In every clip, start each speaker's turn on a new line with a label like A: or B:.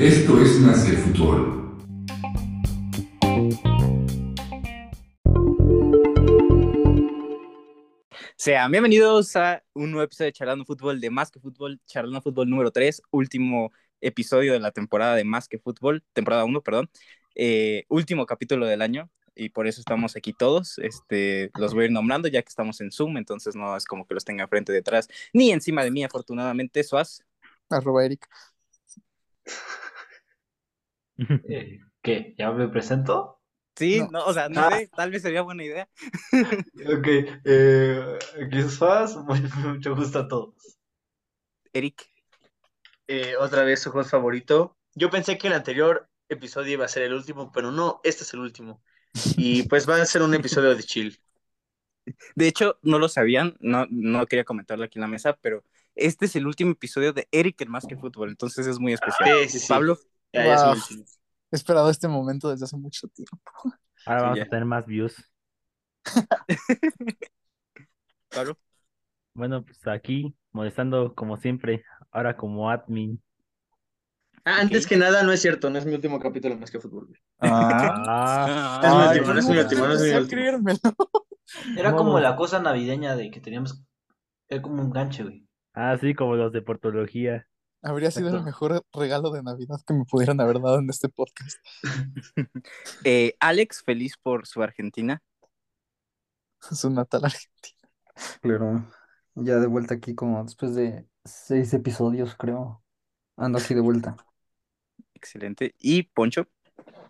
A: Esto es Nace Fútbol.
B: Sean bienvenidos a un nuevo episodio de Charlando Fútbol de Más que Fútbol, Charlando Fútbol número 3, último episodio de la temporada de Más que Fútbol, temporada 1, perdón, eh, último capítulo del año y por eso estamos aquí todos. Este, los voy a ir nombrando ya que estamos en Zoom, entonces no es como que los tenga frente y detrás ni encima de mí, afortunadamente. Suaz,
C: Arroba Eric.
D: Eh, ¿Qué? ¿Ya me presento?
B: sí,
C: No.
B: no, o sea, no sé, tal vez sería buena idea.
D: Ok, eh, aquí es Faz, muy- mucho gusto a todos.
B: Eric,
E: eh, otra vez su host favorito. Yo pensé que el anterior episodio iba a ser el último, pero no, este es el último. Y pues va a ser un episodio de chill.
B: de hecho, no lo sabían, no, no quería comentarlo aquí en la mesa, pero este es el último episodio de Eric en Más que Fútbol, entonces es muy especial.
E: Sí, sí, sí.
B: Pablo,
E: Ya, ya es el
C: Wow.
E: último.
C: He esperado este momento desde hace mucho tiempo.
F: Ahora
B: Sí,
F: vamos
B: ya.
F: a tener más views.
B: Pablo,
F: Bueno, pues aquí molestando como siempre, ahora como admin.
E: Ah, antes que nada, no es cierto, no es mi último capítulo más que fútbol.
F: Ah,
E: Es mi
C: Ay,
E: último, no es mi
C: ¿cómo
E: último, no es mi
C: empecé a
E: último.
C: creérmelo?
D: Era
F: No,
D: como
F: güey.
D: la cosa navideña de que teníamos. Era como un ganche, güey.
F: ah, sí, como los de portología.
C: Habría sido el
D: Exacto.
C: mejor regalo de Navidad que me pudieran haber dado en este podcast.
B: eh, Alex, feliz por su Argentina.
C: Su natal argentino.
G: Claro, ya de vuelta aquí como después de seis episodios, creo. Ando aquí de vuelta.
B: Excelente. Y Poncho,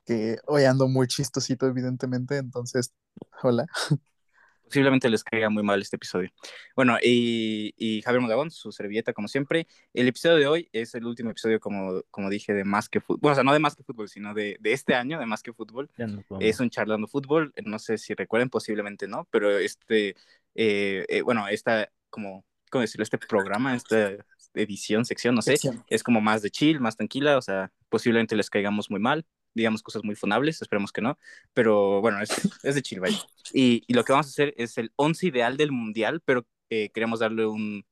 C: Que hoy ando muy chistosito, evidentemente. Entonces, hola.
B: posiblemente les caiga muy mal este episodio. Bueno, y, y Javier Mondragón, su servilleta, como siempre. El episodio de hoy es el último episodio, como, como dije, de Más que Fútbol. Bueno, o sea, no de Más que Fútbol, sino de, de este año, de Más que Fútbol.
F: Ya nos vamos.
B: Es un charlando fútbol, no sé si recuerden, posiblemente no, pero este, eh, eh, bueno, esta, como, ¿cómo decirlo? Este programa, esta edición, sección, no sé,
C: Sección.
B: es como más de chill, más tranquila, o sea, posiblemente les caigamos muy mal, digamos cosas muy funables, esperemos que no, pero bueno, es, es de chill, vaya. Y, y lo que vamos a hacer es el once ideal del mundial, pero eh, queremos darle un,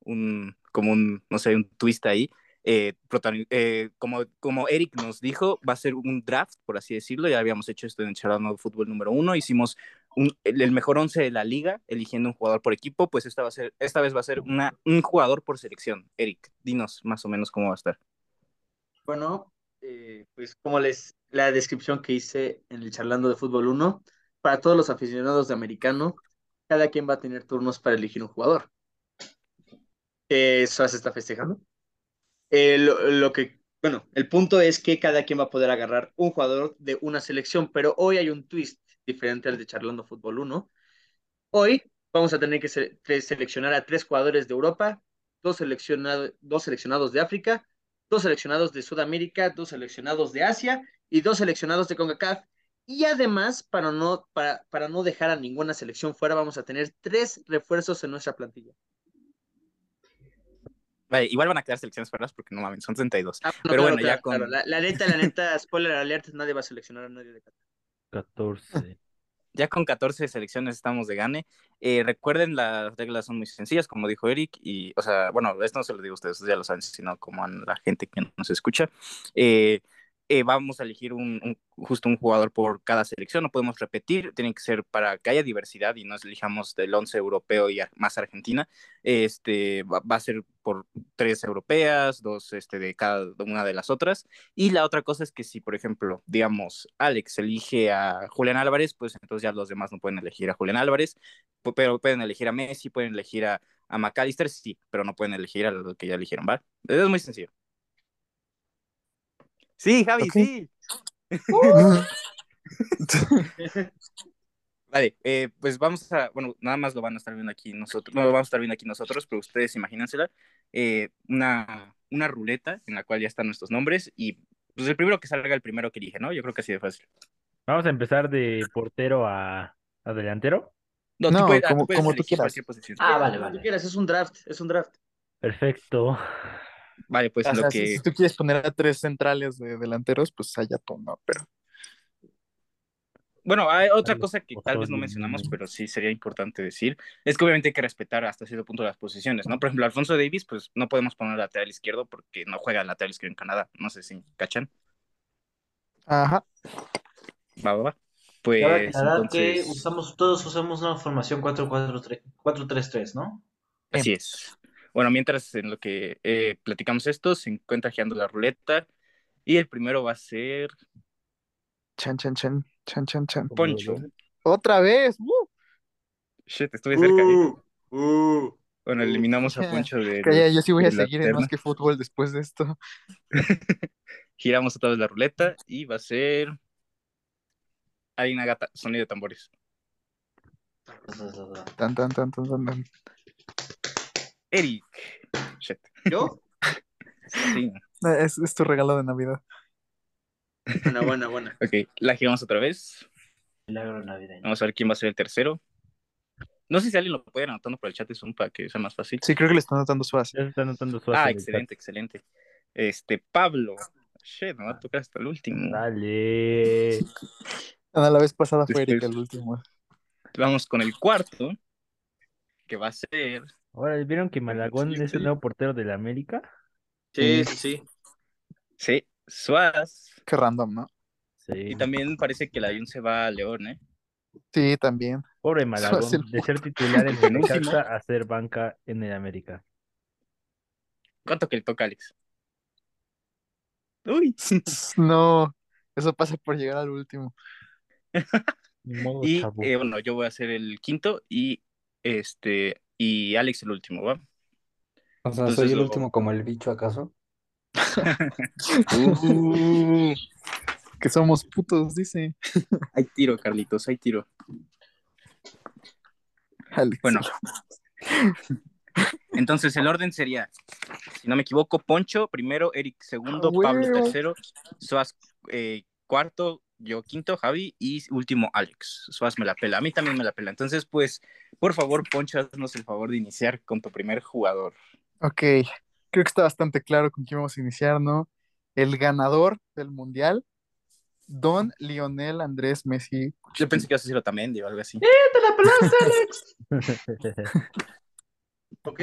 B: un, como un, no sé, un twist ahí. Eh, protagoni- eh, como, como Eric nos dijo, va a ser un draft, por así decirlo, ya habíamos hecho esto en Charlando Fútbol número uno, hicimos un- el, el mejor once de la liga, eligiendo un jugador por equipo, pues esta, va a ser, esta vez va a ser una, un jugador por selección. Eric, dinos más o menos cómo va a estar.
E: Bueno, eh, pues como les la descripción que hice en el charlando de fútbol 1, para todos los aficionados de americano, cada quien va a tener turnos para elegir un jugador. Eso se está festejando. Eh, lo, lo que, bueno, el punto es que cada quien va a poder agarrar un jugador de una selección, pero hoy hay un twist diferente al de charlando fútbol 1. Hoy vamos a tener que se- que seleccionar a tres jugadores de Europa, dos, seleccionado- dos seleccionados de África dos seleccionados de Sudamérica, dos seleccionados de Asia y dos seleccionados de CONCACAF. Y además, para no, para, para no dejar a ninguna selección fuera, vamos a tener tres refuerzos en nuestra plantilla.
B: Vale, igual van a quedar selecciones fuera porque no mames, son 32.
E: Ah,
B: Pero bueno, ya con-
E: La, la neta, la neta, spoiler alert, nadie va a seleccionar a nadie de Qatar.
F: 14.
B: Ya con 14 selecciones estamos de gane. Eh, recuerden, las reglas son muy sencillas, como dijo Eric, y, o sea, bueno, esto no se lo digo a ustedes, ustedes ya lo saben, sino como a la gente que nos escucha. Eh, eh, vamos a elegir un, un- justo un jugador por cada selección, no podemos repetir, tiene que ser para que haya diversidad y no elijamos del 11 europeo y ar- más Argentina. Este, va, va a ser por tres europeas, dos este, de cada una de las otras. Y la otra cosa es que si, por ejemplo, digamos, Alex elige a Julián Álvarez, pues entonces ya los demás no pueden elegir a Julián Álvarez, pu- pero pueden elegir a Messi, pueden elegir a, a McAllister, sí, pero no pueden elegir a los que ya eligieron, ¿vale? Es muy sencillo. Sí, Javi,
C: Ok.
B: sí. Vale, eh, pues vamos a, bueno, nada más lo van a estar viendo aquí nosotros, no lo vamos a estar viendo aquí nosotros, pero ustedes imagínensela, eh, una, una ruleta en la cual ya están nuestros nombres y pues el primero que salga, el primero que elige, ¿no? Yo creo que así de fácil.
F: Vamos a empezar de portero a, a delantero.
B: No,
C: No,
B: puedes- ah,
C: como-
B: puedes
C: como tú
B: elegir
C: quieras.
B: cualquier posición.
D: Ah, vale,
E: Como tú
D: vale.
E: quieras, es un draft, es un draft.
F: Perfecto.
B: Vale, pues
C: Ah, O
B: lo
C: sea, si,
B: que...
C: si tú quieres poner a tres centrales de delanteros, pues allá tú no, pero
B: Bueno, hay otra
F: Algo
B: cosa que tal vez no
F: otoño,
B: mencionamos,
F: ¿no?
B: pero sí sería importante decir, es que obviamente hay que respetar hasta cierto punto las posiciones, ¿no? Por ejemplo, Alfonso Davis, pues no podemos poner lateral izquierdo porque no juega lateral izquierdo en Canadá. No sé si cachan.
C: Ajá.
B: Va, va, va.
D: Y
B: Pues
D: ahora Canadá que
B: entonces,
D: usamos, todos usamos una formación 4-4-3, 4-3-3, ¿no?
B: así es. Bueno, mientras en lo que eh, platicamos esto, se encuentra girando la ruleta y el primero va a ser
C: Chan, chan, chan. Chan, chan, chan.
B: Poncho.
C: Otra vez. ¡Uh!
B: Shit, estuve cerca. ¿eh?
E: Uh, uh.
B: Bueno, eliminamos a
C: Ya.
B: Poncho de...
C: Calla, yo sí voy a
B: de la
C: seguir en
B: terna.
C: más que fútbol después de esto.
B: Giramos otra vez la ruleta y va a ser... Harina gata, sonido de tambores.
D: Pues,
C: Tan, tan, tan, tan, tan, tan.
B: Eric. Shit.
E: ¿Yo?
B: Sí.
C: Eh, Es, es tu regalo de Navidad.
E: Buena, buena, buena.
B: Ok, la giramos otra vez.
D: Milagro navideño.
B: Vamos a ver quién va a ser el tercero. No sé si alguien lo puede ir anotando por el chat de Zoom para que sea más fácil.
C: Sí, creo que le están notando su as.
F: Ya se está notando su
B: Ah,
F: acento.
B: excelente, excelente. Este, Pablo. Shit, me va a tocar hasta el último.
F: Dale.
C: Ah, la vez pasada fue Erika
B: Después.
C: el último.
B: Vamos con el cuarto, que va a ser.
F: Ahora, ¿vieron que Malagón es el nuevo portero de la América?
E: Sí, sí, sí.
B: Sí, Suárez.
C: Qué random, ¿no?
F: Sí.
B: Y también parece que la Jun se va a León, ¿eh?
C: Sí, también.
F: Pobre Malagón,
C: el
F: de ser titular en el
B: penúltimo.
F: Necaxa a ser banca en el América.
B: ¿Cuánto que le toca a Alex? Uy.
C: No, eso pasa por llegar al último.
F: Ni modo,
B: Y
F: chavo.
B: eh, bueno, yo voy a ser el quinto y este y Alex el último, ¿va?
G: O sea,
B: Entonces
G: soy el
B: lo-
G: último como el bicho, ¿acaso?
B: Uh,
C: Que somos putos, dice.
B: hay tiro, Carlitos, hay tiro.
C: Alex.
B: Bueno. Entonces el orden sería, si no me equivoco, Poncho primero, Eric segundo,
C: Ah, huevo.
B: Pablo tercero, Suaz eh, cuarto, yo quinto, Javi y último Alex. Suaz me la pela, a mí también me la pela. Entonces, pues, por favor, Poncho, haznos el favor de iniciar con tu primer jugador.
C: Ok, creo que está bastante claro con quién vamos a iniciar, ¿no? El ganador del mundial, Don Lionel Andrés Messi.
B: Yo pensé que ibas a decirlo también, digo, algo así.
E: ¡Te la pelaste, Alex! ok,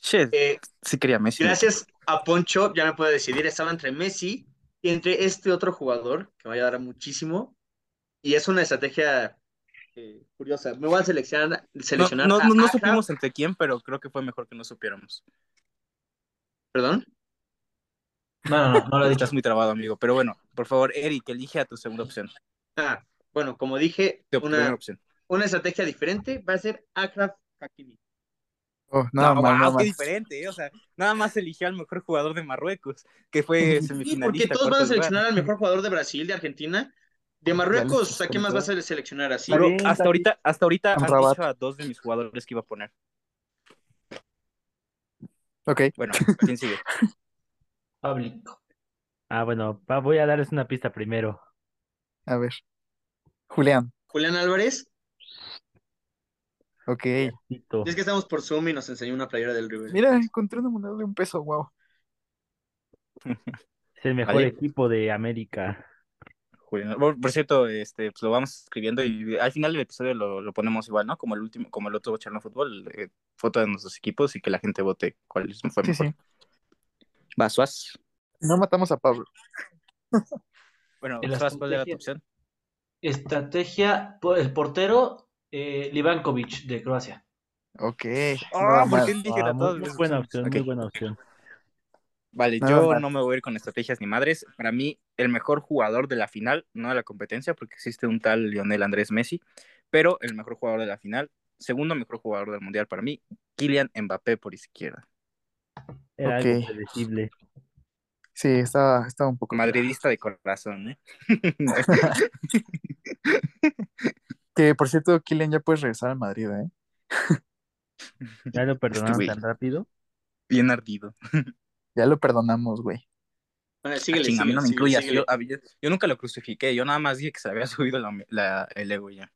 B: Shit,
E: eh,
B: sí quería Messi.
E: gracias a Poncho ya me puedo decidir. Estaba entre Messi y entre este otro jugador que me va a ayudar muchísimo. Y es una estrategia eh, curiosa. Me voy a seleccionar,
B: No,
E: seleccionar
B: no,
E: a
B: no, no
E: Aja-
B: supimos entre quién, pero creo que fue mejor que no supiéramos.
E: Perdón.
D: No, no, no, no lo he dicho.
B: Estás muy trabado, amigo. Pero bueno, por favor, Eric, elige a tu segunda opción.
E: Ah, bueno, como dije,
B: Tu primera
E: una,
B: opción.
E: una estrategia diferente va a ser Akraf Hakimi.
C: Oh, nada
B: no,
C: mal,
B: wow,
C: nada
B: qué
C: mal.
B: diferente. eh, O sea, nada más eligió al mejor jugador de Marruecos, que fue
E: Sí, porque
B: semifinalista.
E: todos
B: cuarto
E: van a
B: lugar.
E: seleccionar al mejor jugador de Brasil, de Argentina, de Marruecos. ¿A quién más vas a seleccionar así?
B: Pero
F: Está bien,
B: hasta ahorita, hasta ahorita has
C: Amrabat.
B: dicho a dos de mis jugadores que iba a poner.
C: Ok,
B: Bueno, ¿quién sigue?
D: Público.
F: Ah, bueno, va- voy a darles una pista primero.
C: a ver. Julián,
E: Julián Álvarez.
C: ok.
F: Tito.
E: Es que estamos por Zoom y nos enseñó una playera del River.
C: Mira, encontré una moneda de un peso, wow.
F: Es el mejor
B: Vale.
F: equipo de América.
B: Julián. Bueno, Por cierto, este, pues lo vamos escribiendo y al final del episodio lo, lo ponemos igual, ¿no? Como el último, como el otro charla fútbol, eh, foto de nuestros equipos y que la gente vote cuál fue
C: Sí,
B: mejor.
C: sí.
B: Va, Suaz.
C: No matamos a Pablo.
B: Bueno,
D: En las
B: Suaz, ¿cuál era tu opción?
D: Estrategia, po- el portero, eh, Livankovic de Croacia.
C: Ok.
B: Ah,
C: nada
B: ¿por
C: mal.
B: qué dije
F: Ah,
B: a todas
F: muy, muy
B: las
F: buena
B: opciones?
F: opción,
B: Ok.
F: muy buena opción.
B: Vale,
C: Nada
B: yo
C: mal.
B: no me voy a ir con estrategias ni madres. Para mí, el mejor jugador de la final, no de la competencia, porque existe un tal Lionel Andrés Messi, pero el mejor jugador de la final, segundo mejor jugador del mundial para mí, Kylian Mbappé por izquierda.
F: Era algo
C: Ok.
F: predecible.
C: Sí, estaba, estaba un poco.
B: Madridista de corazón, ¿eh?
C: Que por cierto, Kylian ya puedes regresar al Madrid, ¿eh?
F: Ya lo perdonaron
B: güey.
F: tan rápido.
B: Bien ardido.
C: Ya lo perdonamos, güey.
E: Bueno, síguele,
B: Ah, Chinga, a mí
E: síguele,
B: no me
E: síguele,
B: incluyas.
E: síguele.
B: Yo, a mí- yo- yo nunca lo crucifiqué. Yo nada más dije que se le había subido la- la- el ego ya.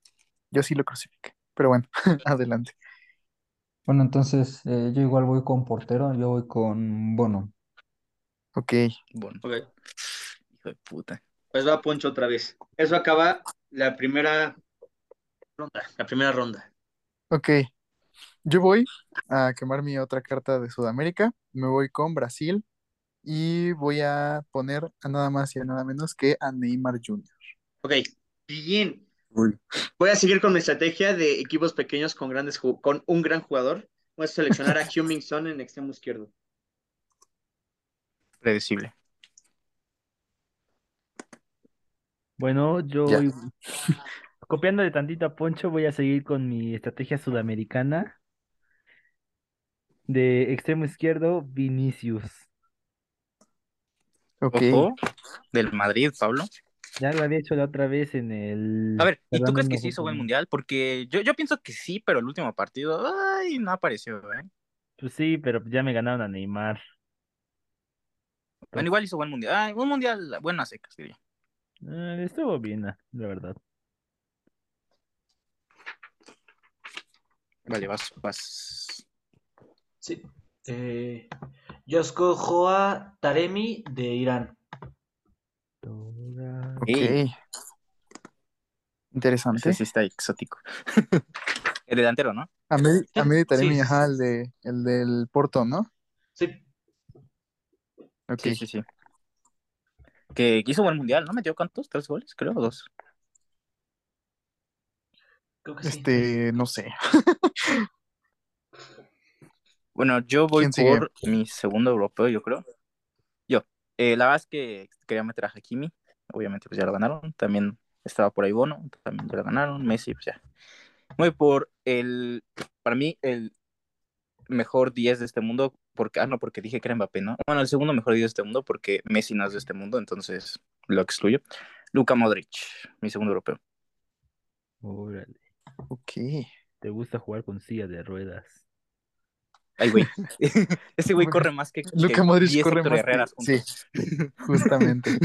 C: Yo sí lo crucifiqué. Pero bueno, adelante.
G: Bueno, entonces eh, yo igual voy con portero, yo voy con Bono.
C: Ok.
B: Bueno,
E: Ok,
B: hijo de puta.
E: pues va Poncho otra vez. Eso acaba la primera ronda. La primera ronda.
C: Ok, yo voy a quemar mi otra carta de Sudamérica, me voy con Brasil y voy a poner a nada más y a nada menos que a Neymar Jr.
E: Ok, bien.
G: Uy.
E: Voy a seguir con mi estrategia de equipos pequeños con, grandes ju- con un gran jugador. Voy a seleccionar a Heung-Min Son en extremo izquierdo.
B: Predecible.
F: Bueno, yo
C: Ya.
F: voy- copiándole tantito a Poncho, voy a seguir con mi estrategia sudamericana. De extremo izquierdo, Vinicius.
C: Ok,
B: Ojo, del Madrid, Pablo.
F: Ya lo había hecho la otra vez en el...
B: A ver, ¿y tú
F: Perdón,
B: crees
F: no
B: que sí
F: fue
B: hizo
F: con-
B: buen mundial? Porque yo, yo pienso que sí, pero el último partido, ay, no apareció, ¿eh?
F: Pues sí, pero ya me ganaron a Neymar.
B: Bueno, igual hizo buen mundial. Ay, un mundial, buenas secas, diría.
F: Eh, estuvo bien, ah, la verdad.
B: Vale, vas, vas.
D: Sí. Eh, yo escojo a Taremi de Irán.
C: ok.
B: Ey.
C: Interesante.
B: Ese sí está exótico. el delantero, ¿no?
C: A mí, a mí de
D: Sí,
C: Taremi,
D: sí,
C: ajá,
D: sí.
C: el, de, el del Porto, ¿no?
D: Sí,
C: Ok,
B: Sí, sí, sí. Que hizo buen mundial, ¿no? Metió cuántos, tres goles, creo, o dos.
D: creo que sí.
C: este, no sé.
B: Bueno, yo voy
C: ¿Quién sigue?
B: por mi segundo europeo, yo creo. Yo. Eh, la verdad es que quería meter a Hakimi. Obviamente, pues ya lo ganaron. También estaba por ahí Bono. También ya lo ganaron. Messi, pues ya. Voy por el. Para mí, el mejor 10 de este mundo. Porque, ah, no, porque dije que era Mbappé, ¿no? Bueno, el segundo mejor 10 de este mundo porque Messi no es de este mundo. Entonces lo excluyo. Luka Modric, mi segundo europeo.
F: Órale,
C: Ok.
F: te gusta jugar con silla de ruedas.
B: Ay, güey. Ese güey
C: Bueno,
B: corre más que.
C: Luca
B: que
C: Modric
B: 10
C: corre
B: Héctor
C: más.
B: Herreras
C: que- Sí,
B: juntos.
C: justamente.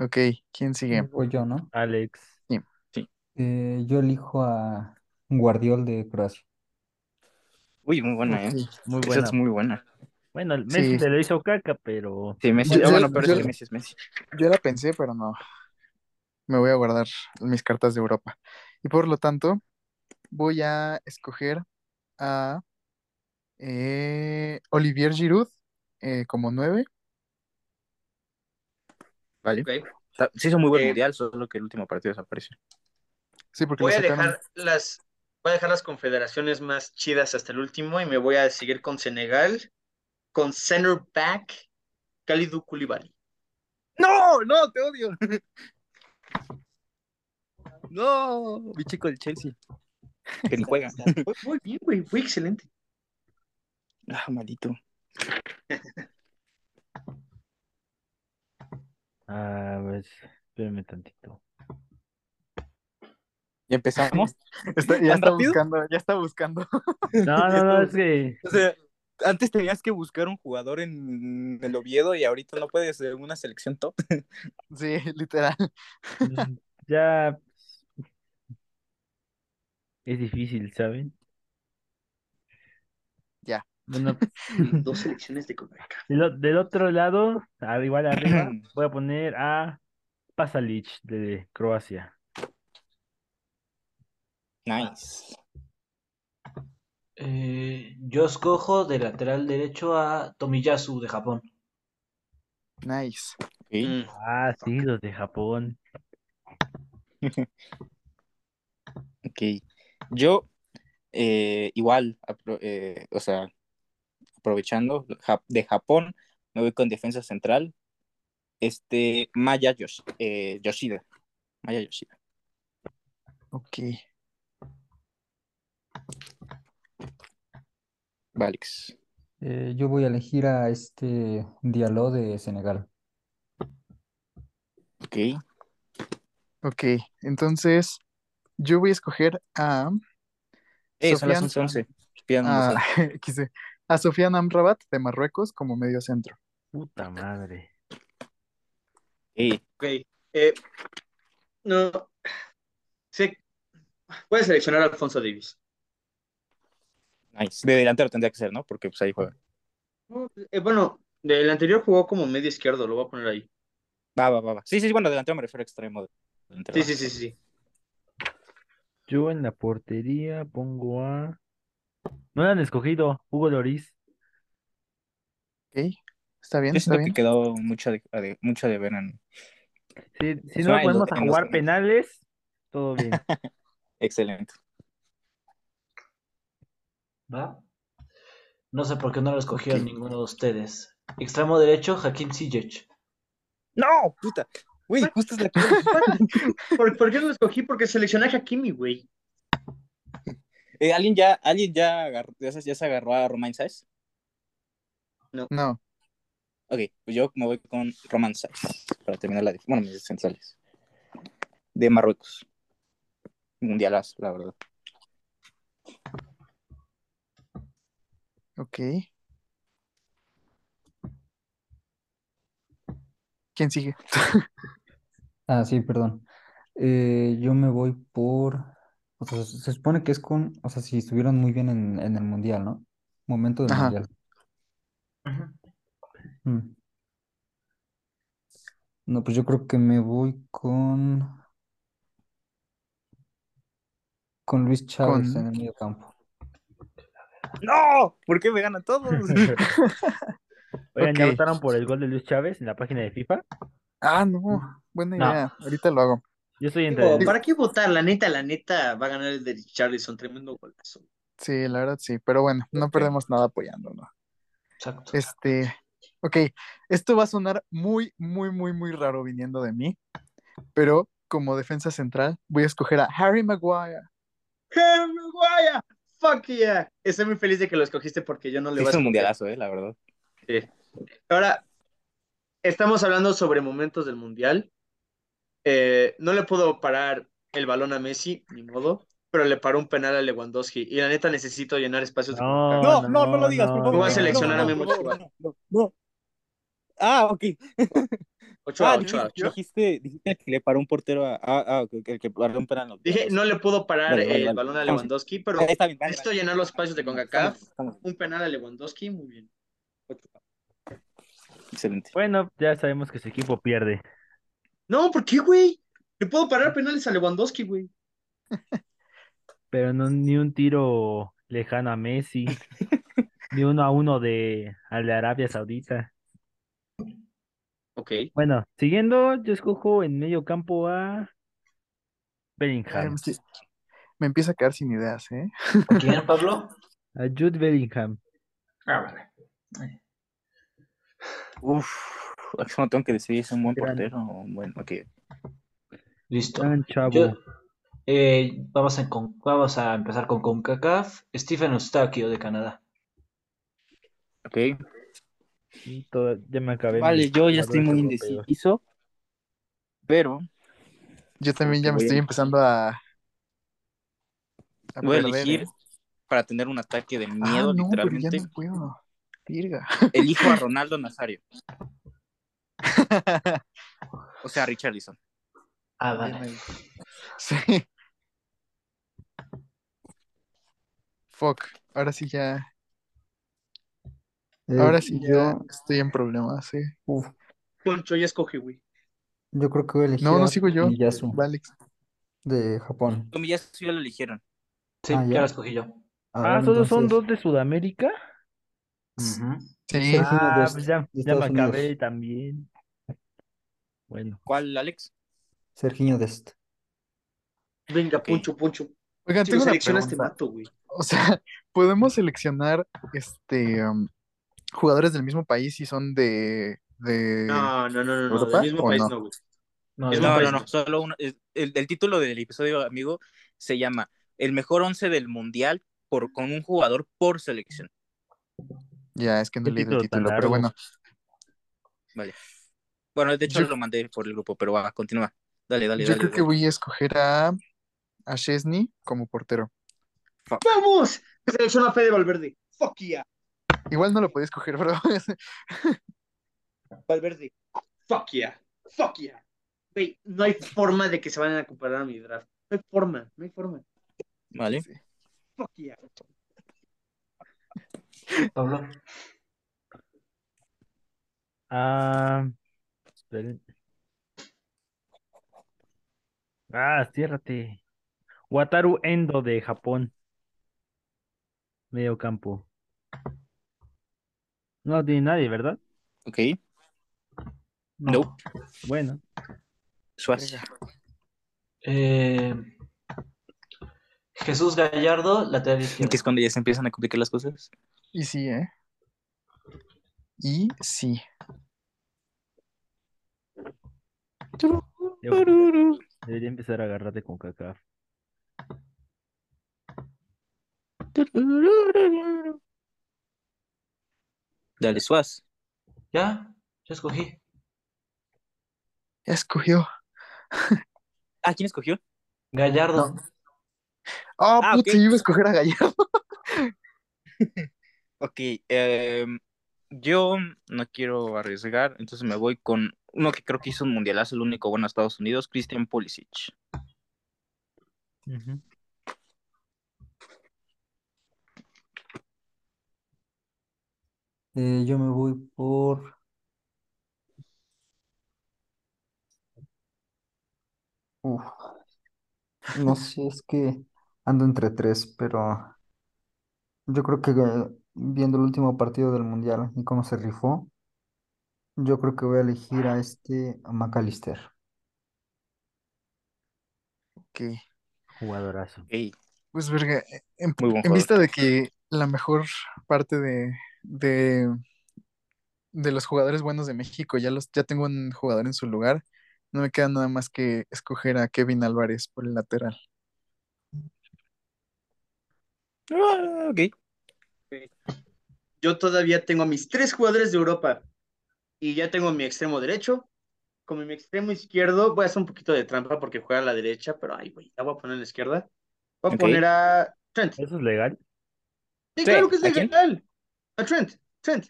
C: Ok, ¿quién
B: Mm,
C: sigue?
G: O yo, ¿no?
F: Alex,
G: Eh, yo elijo a Guardiol de Croacia.
B: Uy, muy buena, ¿eh?
C: Ok.
F: muy
B: Esa es
F: buena.
B: muy buena.
F: Bueno, el
C: Sí.
F: Messi se lo hizo caca, pero
B: Sí, Messi.
C: Yo-
B: Ah, bueno,
C: yo-
B: pero
C: yo-
B: es que Messi es Messi.
C: Yo la pensé, pero no. Me voy a guardar mis cartas de Europa. Y por lo tanto, voy a escoger a eh, Olivier Giroud eh, como nueve.
B: Vale.
E: Ok.
B: Ta- Sí hizo muy buen
E: Eh,
B: mundial, solo que el último partido desapareció.
C: Sí, porque lo
E: Voy a
C: sacaron.
E: dejar las, voy a dejar las confederaciones más chidas hasta el último y me voy a seguir con Senegal, con center back Kalidou Koulibaly.
B: ¡No! ¡No! ¡Te odio! ¡No! Mi chico del Chelsea. Que ni juega.
E: Fue muy bien, güey, fue excelente.
B: Ah, maldito.
F: Ah, a ver, espérame tantito.
B: ¿Y empezamos?
C: Está-
B: ¿Tan
C: ya está
B: rápido?
C: buscando, ya está buscando.
F: No, no, no, es que
B: O sea, antes tenías que buscar un jugador en el Oviedo y ahorita no puedes en una selección top.
C: Sí, literal.
F: mm, ya es difícil, ¿saben?
C: Ya.
F: Bueno,
E: Dos selecciones de Comarca.
F: del, o- del otro lado, al igual arriba, voy a poner a Pasalic de Croacia.
B: Nice.
D: Eh, yo escojo de lateral derecho a Tomiyasu de Japón.
C: Nice.
B: Ok.
E: Mm.
F: Ah, sí, los de Japón.
B: Ok. Yo, eh, igual, apro- eh, o sea, aprovechando Ja- de Japón, me voy con defensa central. Este, Maya Yosh- eh, Yoshida. Maya Yoshida.
C: Ok.
B: Valix.
G: Eh, yo voy a elegir a este Diallo de Senegal.
B: Ok. Eh,
C: Ok. Entonces, yo voy a escoger a
B: Eh, son las
C: Sofian-
B: 11:11. Pidan un
C: a,
B: buzón.
C: quise- a Sofian Amrabat de Marruecos como medio centro.
F: Puta madre.
B: Eh,
E: Ok. eh, no. Sé- voy a seleccionar a Alfonso Davis.
B: nice. De delantero tendría que ser, ¿no? Porque pues ahí juega.
E: Eh, bueno, del anterior jugó como medio izquierdo, lo voy a poner ahí.
B: Va, va, va, va. Sí, sí, bueno, delantero me refiero a extremo. delantero.
E: Sí, sí, sí, sí.
F: Yo en la portería pongo a. No lo han escogido, Hugo Loris.
C: Ok, está bien,
B: Yo
C: está
B: siento que
C: bien.
B: quedó mucho de, a de- mucho de ver en...
F: Si, si
B: Suena
F: no
B: en los-
F: podemos a
B: en los
F: jugar
B: penales.
F: penales, todo bien.
B: Excelente.
D: ¿Va? No sé por qué no lo escogieron ninguno de ustedes. Extremo derecho, Hakim Ziyech.
B: ¡No! ¡Puta! Güey, justo es la que...
E: ¿Por, por qué no lo escogí? Porque seleccioné a Hakimi, güey.
B: Eh, ¿Alguien ya, alguien ya, agarró, ya, se, ya se agarró a Romain Sáez?
C: No,
B: Ok, pues yo me voy con Romain Sáez para terminar la... dif- Bueno, mis centrales. De Marruecos. Mundialazo, la verdad.
C: ok. ¿Quién sigue?
G: Ah, sí, perdón. Eh, yo me voy por. O sea, se se supone que es con. O sea, si estuvieron muy bien en, en el mundial, ¿no? Momento del
C: Ajá.
G: mundial. Mm. No, pues yo creo que me voy con. Con Luis Chávez en
C: Con-
G: el medio campo.
B: ¡No! ¿Por qué me ganan todos?
F: Oigan, ¿ya
C: Ok.
F: votaron por el gol de Luis Chávez en la página de FIFA?
C: Ah, no, buena
D: No.
C: idea. Ahorita lo hago.
F: Yo estoy entre.
E: Digo, ¿Para qué votar? La neta, la neta, va a ganar el de Richarlison. Tremendo golazo.
C: Sí, la verdad sí, pero bueno, no
E: Ok.
C: perdemos nada apoyándolo.
D: Exacto.
C: Este, ok, esto va a sonar muy, muy, muy, muy raro viniendo de mí, pero como defensa central voy a escoger a Harry Maguire.
E: ¡Harry Maguire! ¡Fuck yeah! Estoy muy feliz de que lo escogiste porque yo no le
B: Sí, es
E: voy a
B: un
E: escoger.
B: mundialazo, eh, la verdad.
E: Ahora, estamos hablando sobre momentos del mundial. Eh, no le pudo parar el balón a Messi, ni modo, pero le paró un penal a Lewandowski. Y la neta, necesito llenar espacios. de
F: No,
E: Boca.
F: no, no lo digas, por favor.
E: Voy a seleccionar a
B: mi
E: Memo Ochoa.
B: Ah, ok.
E: Ochoa,
B: ah,
E: Ochoa,
B: dijiste,
E: Ochoa.
B: dijiste, dijiste que le paró un portero a. Ah, ah, ok, el que paró un penal.
E: Dije, no le pudo parar
B: Vale, vale,
E: el
B: vale.
E: balón a
B: Estamos-
E: Lewandowski, pero
B: Ah, está bien, vale,
E: necesito
B: vale.
E: llenar los espacios de CONCACAF.
B: Estamos- estamos-
E: Un penal a Lewandowski, muy bien. Ochoa.
B: Excelente.
F: Bueno, ya sabemos que su equipo pierde.
E: No, ¿por qué, güey? Le puedo parar penales a Lewandowski, güey.
F: Pero no ni un tiro lejano a Messi, ni uno a uno de, al de Arabia Saudita.
E: Ok.
F: Bueno, siguiendo, yo escojo en medio campo a
C: Ay,
B: Em,
F: Bellingham,
C: me estoy- Me empieza a quedar sin ideas, ¿eh?
D: ¿Quién, Pablo?
F: a Jude Bellingham.
D: Ah, vale.
B: Uf, es que no tengo que decidir, es un buen
F: Gran.
B: portero. o un buen- ok.
D: Listo.
F: Gran chavo.
D: Yo- eh, vamos, a, con- vamos a empezar con CONCACAF. Stephen Eustaquio de Canadá.
B: Ok.
F: Y todo- ya me acabé
B: Vale,
F: mis
B: yo ya estoy
F: jugadores
B: muy
F: europeos.
B: indeciso. Pero
C: Yo también
B: Ok,
C: ya me
B: voy a-
C: estoy empezando a... a
B: voy a
C: perder,
B: elegir
C: ¿eh?
B: para tener un ataque de
C: Ah,
B: miedo,
C: no, pero ya
B: literalmente.
C: no puedo. Virga.
B: Elijo a Ronaldo Nazario, o sea, a Richarlison.
D: Ah,
C: Bien
D: vale.
C: ahí. Sí. Fuck, ahora sí ya,
G: Eh,
C: ahora sí ya
G: yo,
C: estoy en problemas, ¿eh? sí.
G: uf,
E: Poncho, ya escoge, güey.
G: yo creo que voy a elegir
C: No, no
G: a
C: sigo yo.
G: Tomiyasu
C: Va, Alex.
G: de Japón.
B: Tomiyasu ya lo eligieron.
D: Sí,
G: Ah, ya.
D: ya lo escogí yo.
G: Ahora
F: Ah, solo son
G: entonces,
F: dos de Sudamérica.
C: Sí,
G: solo es uno de,
F: Ah,
G: est-
F: pues ya,
G: de
F: ya me
G: Estados Unidos.
F: acabé también. Bueno,
B: ¿Cuál, Alex?
G: Serginho Dest.
E: Venga,
B: Ok.
E: Poncho, Poncho.
C: oigan,
E: Si lo
C: tengo una
E: selecciona este
C: pregunta.
E: vato, güey.
C: O sea, ¿podemos seleccionar este um, jugadores del mismo país si son de, de...
E: No, no, no, no, no.
C: ¿Europa
E: Del mismo
C: o
E: país
C: no?
E: no, güey.
D: No,
E: Es
D: yo-
B: No,
E: país,
B: no, no,
F: este
E: no.
B: solo uno. es- El, el título del episodio, amigo, se llama El mejor once del mundial por, con un jugador por selección.
C: Ya, es que no
F: qué
C: leí el
F: título tan
C: título, pero
F: largo.
C: bueno.
B: Bueno, de hecho
C: Yo-
B: lo mandé por el grupo, pero va, continúa. Dale, dale,
C: Yo
B: dale.
C: creo que
B: dale.
C: voy a escoger a, a Chesney como portero.
E: ¡Vamos! Selecciona a Fede Valverde. Fuck yeah.
C: Igual no lo podía escoger, bro.
E: Valverde. Fuck yeah. Fuck yeah. Güey, no hay forma de que se vayan a comparar a mi draft. No hay forma, no hay forma.
B: Vale.
C: Sí.
E: Fuck yeah.
D: Pablo.
F: ah, esperen. Ah, ciérrate. Wataru Endo de Japón. Medio campo. No tiene nadie, ¿verdad?
B: Ok. No.
F: Bueno,
B: Suárez.
D: Eh, Jesús Gallardo, lateral izquierdo.
B: Que es cuando ya se empiezan a complicar las cosas.
C: Y sí, ¿eh? Y sí.
F: deb- debería empezar a agarrarte con caca.
B: Dale, Suárez.
D: Ya, ya escogí.
C: Ya escogió.
B: Ah, ¿quién escogió?
D: Gallardo.
C: Ah,
B: Ah,
C: puta,
B: ok.
C: yo iba a escoger a Gallardo.
B: Ok, em, yo no quiero arriesgar, entonces me voy con uno que creo que hizo un mundialazo, el único bueno a Estados Unidos, Christian Pulisic.
G: Eh, yo me voy por. Uf, No sé, es que ando entre tres, pero yo creo que eh, viendo el último partido del Mundial y cómo se rifó, yo creo que voy a elegir a este McAllister.
C: Ok.
F: Jugadorazo.
B: Ey,
C: Pues verga, en,
B: muy buen
C: en
B: jugador.
C: vista de que la mejor parte de, de, de los jugadores buenos de México, ya los, ya tengo un jugador en su lugar, no me queda nada más que escoger a Kevin Álvarez por el lateral.
B: Ah, ok.
E: Yo todavía tengo a mis tres jugadores de Europa y ya tengo mi extremo derecho. Como mi extremo izquierdo, voy a hacer un poquito de trampa porque juega a la derecha, pero ay, güey, la voy a poner a la izquierda. Voy a
B: Ok.
E: poner a Trent.
F: ¿Eso es legal?
E: Sí, claro que es
B: ¿a quién?
E: legal. A Trent, Trent.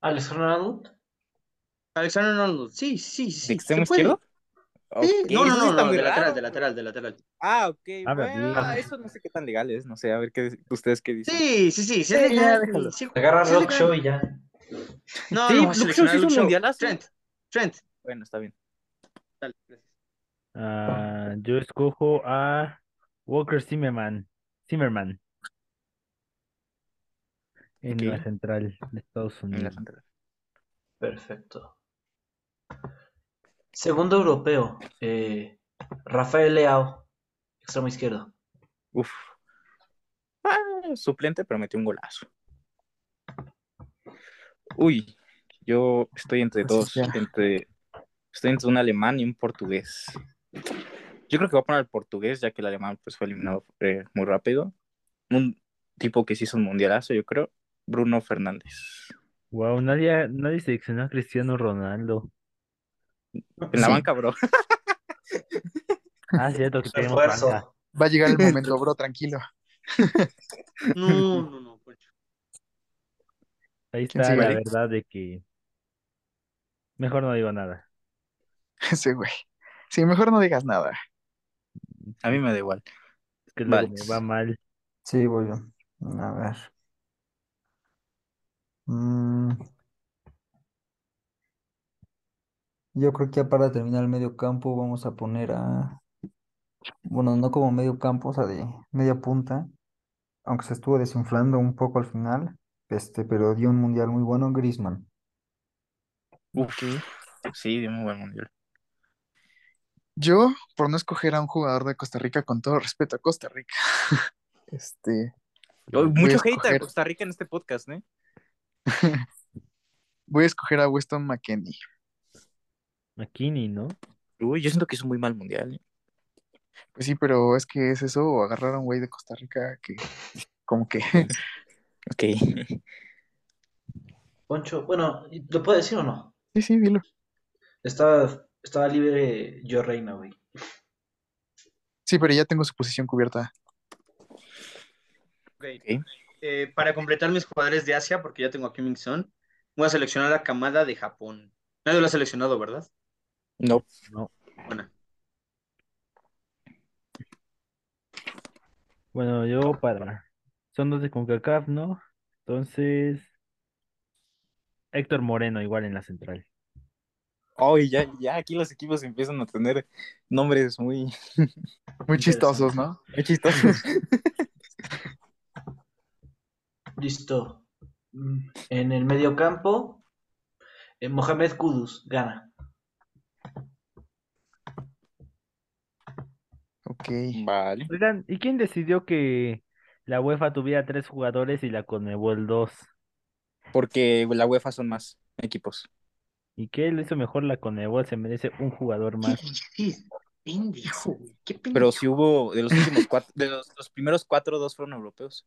D: Alex Ronaldo.
E: Alexander Arnold. Sí, sí, sí.
B: ¿De extremo
E: se puede.
B: izquierdo?
E: Sí,
B: Ok,
E: no, no,
B: eso sí
E: no,
B: está
E: no,
B: muy
E: de lateral,
B: raro.
E: de lateral, de lateral.
B: Ah, ok,
F: Habla
B: bueno,
F: bien.
B: eso no sé qué tan legal es, no sé, a ver qué ustedes qué dicen.
E: Sí, sí, sí, sí,
B: Sí, ya,
E: es legal.
B: déjalo.
E: sí,
D: Agarra
E: sí es
D: Rock
E: legal.
D: Show y ya.
E: No,
B: Sí,
E: no, voy a
B: Luke Shaw
E: seleccionar a
B: hizo un
E: Luke Shaw.
B: mundialazo.
E: Trent, Trent.
B: Bueno, está bien.
E: Dale, gracias.
F: Ah, yo escojo a Walker Zimmerman. Zimmerman. En la
B: Ok.
F: central de Estados
B: En la
F: Unidos.
B: frontera.
D: Perfecto. Segundo europeo, eh, Rafael Leao, extremo izquierdo.
B: Uf. Ah, suplente, pero metió un golazo. Uy, yo estoy entre
C: Pues
B: dos.
C: ya.
B: Entre, estoy entre un alemán y un portugués. Yo creo que voy a poner al portugués, ya que el alemán pues, fue eliminado eh, muy rápido. Un tipo que sí hizo un mundialazo, yo creo. Bruno Fernández.
F: Wow, nadie, nadie seleccionó a Cristiano Ronaldo.
B: En la
C: Sí.
B: banca, bro.
F: Ah, cierto que tenemos banca.
D: Refuerzo.
C: Va a llegar el momento, bro, tranquilo.
E: No, no, no, Poncho.
F: Ahí
C: ¿Quién
F: está
C: sigue
F: la
C: ahí?
F: verdad de que mejor no digo nada.
C: Ese güey. Sí, mejor no digas nada.
B: A mí me da igual.
F: Es que luego me
B: Vals.
F: va mal.
G: Sí, voy yo. A ver. Mm, yo creo que ya para terminar el medio campo vamos a poner a. Bueno, no como medio campo, o sea, de media punta, aunque se estuvo desinflando un poco al final, este, pero dio un mundial muy bueno, Griezmann.
B: Uf. Sí, dio muy buen mundial.
C: Yo, por no escoger a un jugador de Costa Rica, con todo respeto a Costa Rica, este,
B: Oh,
C: Voy a
B: Mucho hate a
C: escoger.
B: Costa Rica en este podcast, ¿eh?
C: voy a escoger a Weston McKennie.
F: McKinney, ¿no?
B: Uy, yo siento que hizo muy mal mundial. ¿eh?
C: Pues sí, pero es que es eso, o agarrar a un güey de Costa Rica que, como que,
B: Ok.
D: Poncho, bueno, ¿lo puedo decir o no?
C: sí, sí, dilo.
D: Estaba, estaba libre yo reina, güey.
C: Sí, pero ya tengo su posición cubierta.
E: Ok. Eh, para completar mis jugadores de Asia, porque ya tengo a Kim Il-sung, voy a seleccionar a Kamada de Japón. Nadie lo ha seleccionado, ¿verdad?
B: No.
E: Bueno,
F: Bueno, yo para. Son dos de CONCACAF, ¿no? Entonces. Héctor Moreno, igual en la central.
B: Oh, y ya, ya aquí los equipos empiezan a tener nombres muy,
C: Muy chistosos, ¿no?
B: muy chistosos.
D: Listo. Mm, En el medio campo, eh, Mohamed Kudus gana.
C: Ok.
B: Mm. Vale.
F: Oigan, ¿y quién decidió que la UEFA tuviera tres jugadores y la Conmebol dos?
B: Porque la UEFA son más equipos.
F: ¿Y qué lo hizo mejor la Conmebol? Se merece un jugador más.
E: dijiste? Pendejo, güey, qué
B: Pero si hubo, de los últimos cuatro, de los, los primeros cuatro, dos fueron europeos.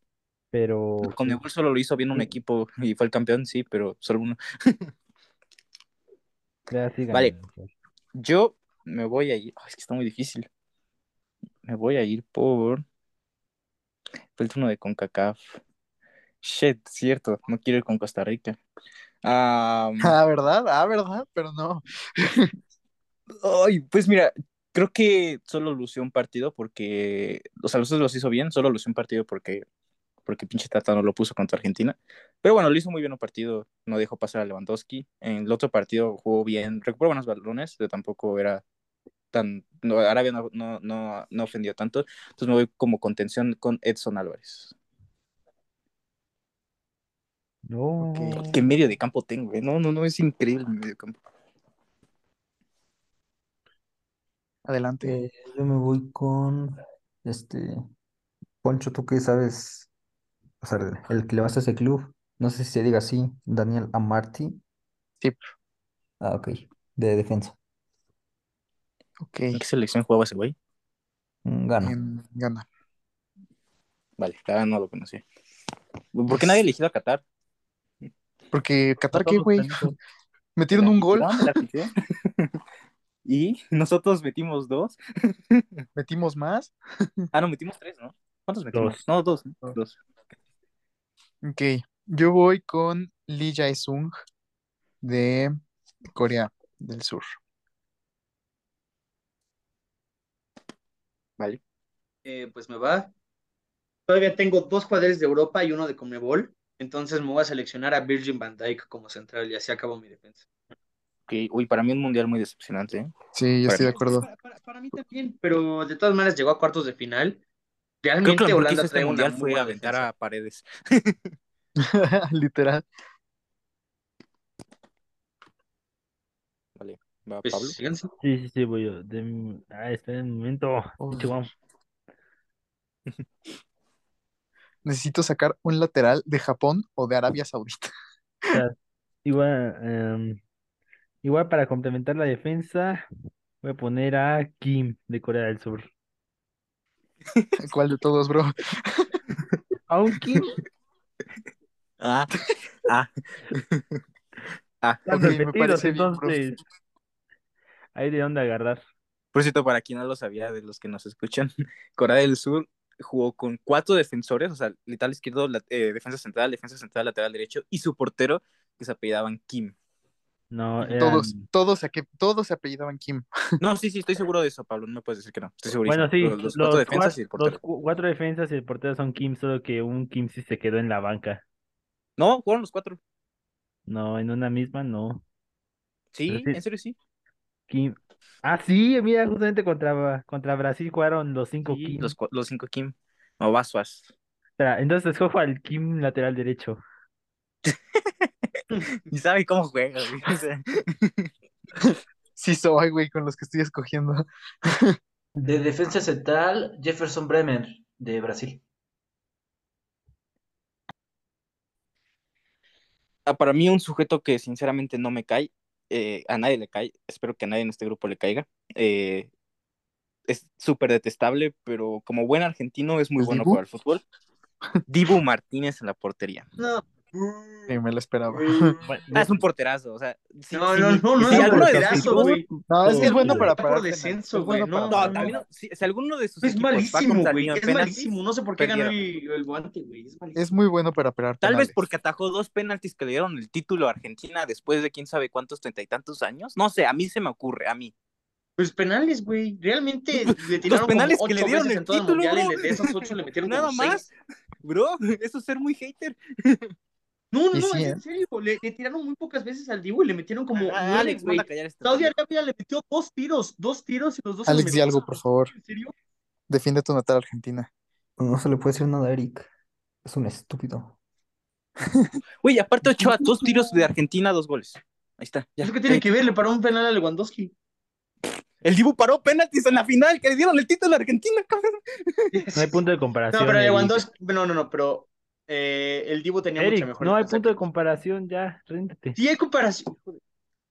F: Pero pues,
B: Con Conmebol solo lo hizo bien un equipo y fue el campeón, sí, pero solo uno.
F: ya sigan,
B: Vale.
F: muchachos.
B: Yo me voy a ir. ay, es que está muy difícil. Me voy a ir por. Fue el turno de CONCACAF. Shit, cierto. No quiero ir con Costa Rica. Ah,
C: Ah, ¿verdad? Ah, ¿verdad? Pero no.
B: ay, pues mira, creo que solo lució un partido porque. O sea, los otros los hizo bien, solo lució un partido porque. Porque pinche Tata no lo puso contra Argentina. Pero bueno, lo hizo muy bien un partido. No dejó pasar a Lewandowski. En el otro partido jugó bien. Recuperó buenos balones, pero tampoco era tan. No, Arabia no, no, no, no ofendió tanto. Entonces me voy como contención con Edson Álvarez.
F: No.
B: ¿Qué medio de campo tengo? eh? No, no, no, es increíble mi medio campo.
C: Adelante.
G: Eh, yo me voy con este Poncho, tú que sabes, o sea, el, el que le vas a ese club, no sé si se diga así, Daniel Amarty.
C: Sí.
G: Ah, ok, de defensa.
C: Ok.
B: ¿En qué selección jugaba ese güey?
G: Mm, Gana.
C: em, gana.
B: Vale, la verdad no lo conocía. ¿Por qué nadie ha elegido a Qatar?
C: Porque Qatar, ¿qué,
B: Nosotros
C: güey?
B: tenemos-
C: Metieron
B: la
C: un gol,
B: afición, la afición. y nosotros metimos dos.
C: metimos más.
B: Ah, no, metimos tres, ¿no? ¿Cuántos metimos?
F: Dos.
B: No, dos. ¿no? Dos.
C: Ok. Yo voy con Lee Jae-sung de Corea del Sur.
B: Vale.
E: Eh, pues me va. Todavía tengo dos jugadores de Europa y uno de Conmebol. Entonces me voy a seleccionar a Virgin Van Dijk como central y así acabo mi defensa.
B: Ok, Uy, para mí un mundial muy decepcionante. ¿eh?
C: Sí, yo
B: Para
C: estoy de
B: mí.
C: acuerdo.
E: Para, para- para mí también, pero de todas maneras llegó a cuartos de final.
B: Creo que
E: Realmente
B: lo mejor que
E: Holanda
B: hizo este
E: trae una
B: mundial
E: muy
B: fue
E: buena
B: aventar
E: defensa.
B: a paredes.
C: Literal.
B: Vale, va
E: Pues,
B: Pablo.
E: síganse.
F: Sí, sí, sí, voy yo. De- Ah, esperen un momento.
C: Uy.
F: Chihuahua.
C: Necesito sacar un lateral de Japón o de Arabia Saudita.
F: Igual, em, igual para complementar la defensa, voy a poner a Kim de Corea del Sur.
C: ¿Cuál de todos, bro?
F: ¿A un Kim?
B: Ah, ah. ah.
F: Están
C: Ok, me
F: repetidos,
C: parece bien, bro.
F: entonces. Ahí de dónde agarrar.
B: Por cierto, para quien no lo sabía, de los que nos escuchan, Corea del Sur jugó con cuatro defensores, o sea, letal izquierdo, la- eh, defensa central, defensa central, lateral derecho y su portero que se apellidaban Kim.
F: No, em,
C: Todos,
F: eran-
C: todos, a que, todos se apellidaban Kim.
B: No, sí, sí, estoy seguro de eso, Pablo. No me puedes decir que no. Estoy segurísimo.
F: Bueno, sí,
B: los, los cuatro defensas
F: cuat-
B: y el
F: los
B: portero.
F: cu- cuatro defensas y el portero son Kim, solo que un Kim sí se quedó en la banca.
B: No, jugaron los cuatro.
F: No, en una misma no.
B: Sí,
F: Pero sí.
B: en serio sí.
F: Kim. Ah, sí, mira, justamente contra, contra Brasil jugaron los cinco
B: Sí,
F: Kim.
B: los, cua- los cinco Kim. No, Basuas.
F: Espera, Entonces escojo al Kim lateral derecho.
B: Ni sabe cómo juega, güey. O sea,
C: Sí soy, güey, con los que estoy escogiendo.
D: De defensa central, Jefferson Bremer de Brasil.
B: ah, para mí, un sujeto que sinceramente no me cae, eh, a nadie le cae, espero que a nadie en este grupo le caiga. eh, es súper detestable, pero como buen argentino es muy
C: ¿El
B: bueno
C: Dibu?
B: para el fútbol. Dibu Martínez en la portería.
E: No.
C: Sí, me lo esperaba.
F: Bueno,
B: Ah, es un porterazo, o sea. si-
E: No,
B: si
E: no,
B: mi-
E: no, no,
B: si
E: no,
B: alguno de sus
E: porterazo,
B: equipos-
E: güey.
C: No, es que es bueno
F: Todo,
C: para
E: está por
C: parar penales.
E: descenso,
C: Es bueno
E: güey, no,
C: para
B: No,
C: parar
B: también,
C: penales.
B: si, si alguno de sus
E: Es
B: equipos va
E: malísimo,
B: contra el
E: güey.
B: mío en
E: Es
B: penaltis,
E: malísimo. No sé por qué ganó
B: perdieron.
E: el, el guante, güey. Es malísimo.
C: Es muy bueno para parar
B: Tal
C: penales.
B: vez porque atajó dos penaltis que le dieron el título a Argentina después de quién sabe cuántos treinta y tantos años. No sé, a mí se me ocurre, a mí.
E: Pues penales, güey. Realmente le
B: Los
E: tiraron
B: penales
E: como
B: que le
E: ocho
B: dieron
E: veces
B: el
E: en todo el
B: título,
E: mundial y
B: bro.
E: le- de esos ocho le metieron
B: Nada
E: como
B: más,
E: seis.
B: bro. Eso es ser muy hater.
E: No, no,
C: Y
E: no,
C: sí,
E: es en
C: ¿eh?
E: serio. Le, le tiraron muy pocas veces al Dibu y le metieron como nueve,
B: Alex,
E: güey.
B: manda callar a este
E: Saudi
B: pendejo.
E: Arabia le metió dos tiros, dos tiros y los dos se los
C: Alex, di
E: metió.
C: algo, por favor.
E: ¿En serio?
C: Defiende tu natal Argentina.
G: No se le puede decir nada a Eric. Es un estúpido.
B: Güey, aparte Ochoa, dos tiros de Argentina, dos goles. Ahí está. ya. Eh,
E: ¿Eso qué tiene que ver? Le paró un penal a Lewandowski.
B: El Dibu paró penaltis en la final que le dieron el título a Argentina, cabrón.
F: No hay punto de comparación.
E: No, pero
F: Eric.
E: Lewandowski. No, no, no, pero eh, el Dibu tenía mucha
F: Eric,
E: mejor.
F: no hay
E: defensa
F: punto de
E: que-
F: comparación, ya, ríndete.
E: Sí, hay comparación.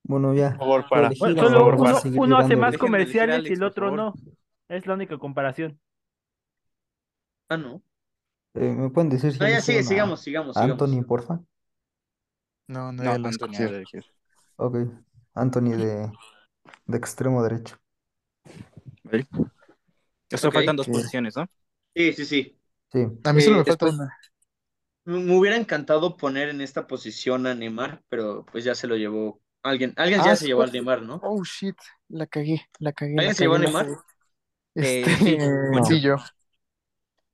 G: Bueno, ya.
B: favor,
G: para. Bueno,
F: Bueno,
G: Sí,
F: solo
G: por
F: uno,
G: favor, sigue
F: uno hace
G: llegando.
F: más
B: Dejen de
F: comerciales
B: elegir a
F: y el
B: Alex, por
F: otro
B: favor.
F: no. Es la única comparación.
E: Ah, no.
G: Eh, ¿me pueden decir si
E: No, ya sigue,
G: eligieron a
E: sigamos, sigamos,
G: a
E: sigamos.
G: Anthony, porfa?
C: No, no,
B: No,
C: lo
B: Antonio,
C: escogió.
B: lo eligió.
G: Ok. Anthony de, de extremo derecho.
B: Vale. Te solo
E: Ok.
B: faltan dos
G: Sí.
B: posiciones, ¿no?
E: Sí, sí, sí.
G: Sí.
C: A mí
E: Eh,
C: solo me falta
E: después-
C: una.
E: Me me hubiera encantado poner en esta posición a Neymar, pero pues ya se lo llevó alguien. Alguien ya
C: Ah,
E: se llevó al
C: sí.
E: Neymar, ¿no?
C: Oh, shit. La cagué, la cagué, la
E: ¿Alguien se llevó a
C: cagué, la
E: Neymar?
C: cagué.
B: Eh,
C: Este,
B: sí, Poncho.
C: sí, yo.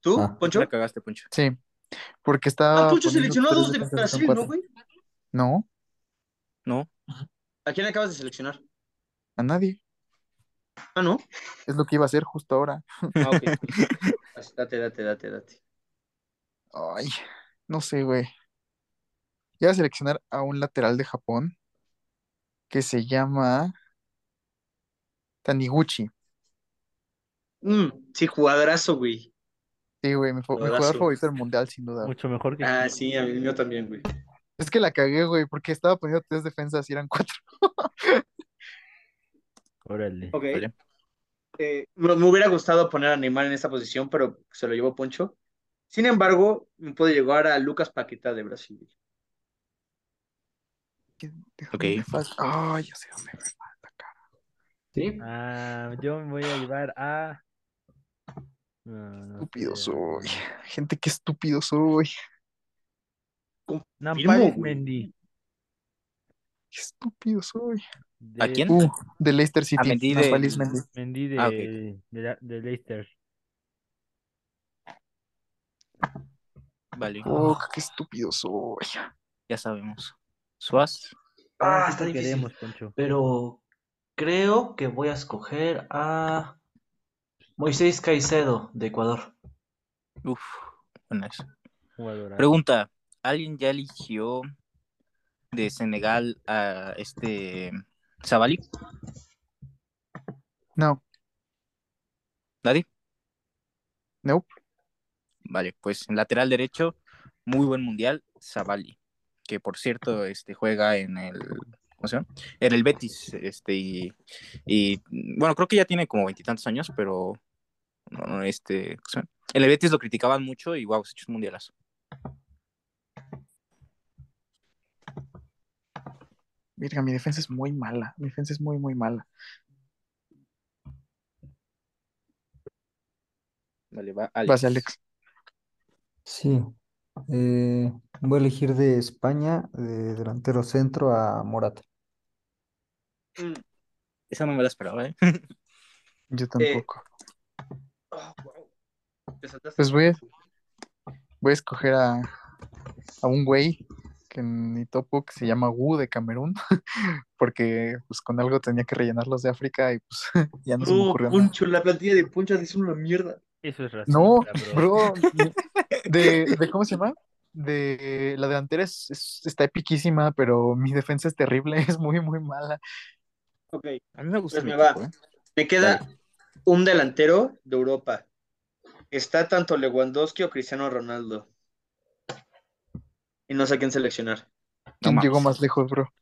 E: ¿Tú,
G: Ah.
B: Tú la
E: Poncho?
B: cagaste, Poncho.
C: Sí, porque
E: Ah,
C: estaba
E: Poncho
C: poniendo
E: seleccionó a
C: tres
E: dos de
C: defensas que son
E: Brasil,
C: cuatro.
E: ¿no, güey?
C: No,
B: No.
E: ¿A quién acabas de seleccionar?
C: a nadie.
E: Ah, ¿no?
C: Es lo que iba a hacer justo ahora.
E: Ah, ok. Pues, Date, date, date, date.
C: Ay, no sé, güey. Iba a seleccionar a un lateral de Japón que se llama Taniguchi.
E: Mm, sí, jugadorazo, güey.
C: Sí, güey, mi, fa- mi jugador
E: Jugadorazo.
C: favorito del mundial, sin duda.
F: Mucho mejor que.
E: Ah, sí, a mí yo también, güey.
C: Es que la cagué, güey, porque estaba poniendo tres defensas y eran cuatro.
F: Órale.
E: Ok.
B: Vale.
E: Eh, me, me hubiera gustado poner a Neymar en esta posición, pero se lo llevó Poncho. Sin embargo, me puede llegar a Lucas Paqueta de Brasil.
C: Déjame,
B: Ok.
C: me falta- Ay, ya sé dónde me falta, cara.
G: Sí.
F: Ah, yo me voy a llevar a. No, no
C: Estúpido
F: sé.
C: soy. Gente, qué estúpido soy.
F: Nampalis
E: güey.
F: Mendy.
C: Qué estúpido soy.
B: ¿A
F: de-
B: quién?
C: Uh, de Leicester City. Ah,
B: Mendy de-
C: Nampalis Mendy.
F: Mendy de,
B: Ah, ok.
F: de, la- de Leicester.
B: Vale,
C: Oh, qué estúpido soy.
B: ya sabemos. Suaz.
D: Ah,
F: Ah,
D: está
F: sí te
D: difícil.
F: queremos, Poncho.
D: Pero creo que voy a escoger a Moisés Caicedo de Ecuador.
B: Uf, buena esa.
F: Jugadorazo.
B: Pregunta, ¿alguien ya eligió de Senegal a este Sabali?
C: No,
B: ¿Nadie?
C: no.
B: Vale, pues en lateral derecho, muy buen mundial, Sabali, que por cierto este, juega en el, ¿cómo se llama? En el Betis, este, y, y, bueno, creo que ya tiene como veintitantos años, pero no, no, este, ¿cómo se llama? en el Betis lo criticaban mucho y wow, se echó un mundialazo.
C: Mira, mi defensa es muy mala. Mi defensa es muy, muy mala.
B: Vale, va Alex.
C: Vas, Alex.
G: Sí. Eh, voy a elegir de España, de delantero centro a Morata.
E: Mm,
B: Esa no me la esperaba, ¿eh?
C: Yo tampoco.
E: oh, wow. Te saltaste
C: Pues voy a,
E: mucho.
C: voy a escoger a, a un güey que ni topo que se llama Wu de Camerún. Porque pues con algo tenía que rellenarlos de África y pues ya no se me
E: No,
C: ocurrió nada.
E: Oh, Poncho, la plantilla de Poncho es una mierda.
F: Eso es racista,
C: No,
F: bro.
C: bro. ni- De, de- ¿cómo se llama? De la delantera es- es- está epiquísima, pero mi defensa es terrible, es muy, muy mala.
E: Ok,
B: A mí me gusta
E: pues
B: mi
E: me
B: equipo,
E: va.
B: ¿eh?
E: Me queda un delantero de Europa. Está tanto Lewandowski o Cristiano Ronaldo. Y no sé a quién seleccionar.
C: ¿Quién
B: mames.
C: llegó más lejos, bro?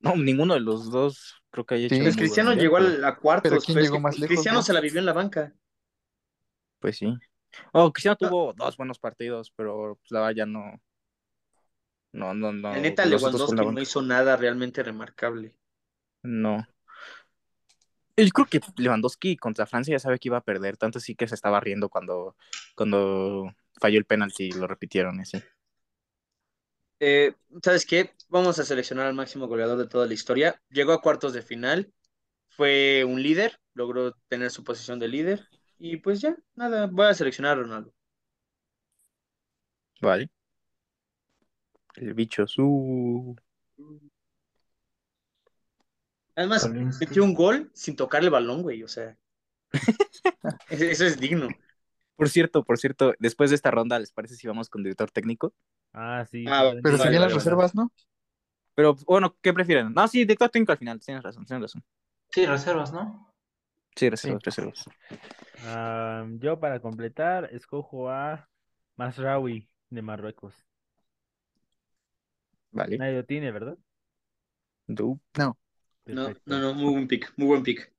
B: No, ninguno de los dos creo que haya
C: Sí.
B: hecho.
E: Pues
B: muy
E: Cristiano
B: buen
E: llegó a,
B: mundial,
E: la- a cuartos,
C: ¿Pero quién
E: pero es
C: llegó
E: que
C: más lejos,
E: Cristiano
C: no?
E: se la vivió en la banca.
B: pero- Pues sí. Oh, Cristiano
E: Ah.
B: tuvo dos buenos partidos, pero pues, la verdad ya no. No, no, no. pues,
E: La neta,
B: los otros con la
E: Lewandowski no
B: banca.
E: hizo nada realmente remarcable.
B: No. Yo creo que Lewandowski contra Francia ya sabe que iba a perder, tanto sí que se estaba riendo cuando, cuando falló el penalti y lo repitieron y así.
E: Eh, ¿sabes qué? Vamos a seleccionar al máximo goleador de toda la historia. Llegó a cuartos de final, fue un líder, logró tener su posición de líder. Y pues ya, nada, voy a seleccionar a Ronaldo.
B: Vale. El bicho su. Ah,
E: Además, metió un gol sin tocar el balón, güey. O sea, eso eso es digno.
B: Por cierto, por cierto, después de esta ronda, ¿les parece si vamos con director técnico?
F: Ah, sí.
E: Ah,
F: solamente
C: Pero
E: Vale,
C: si bien
E: vale,
C: las
E: vale.
C: reservas, ¿no?
B: Pero bueno, ¿qué prefieren? No, sí, director técnico al final, tienes razón, tienes razón.
D: Sí, reservas, ¿no?
B: Sí, reservas, reservas.
F: Ah, yo para completar escojo a Masraoui de Marruecos.
B: Vale.
F: Nadie lo tiene, ¿verdad?
B: Du-
E: No,
F: Perfecto.
E: no, no, muy buen pick, muy buen pick.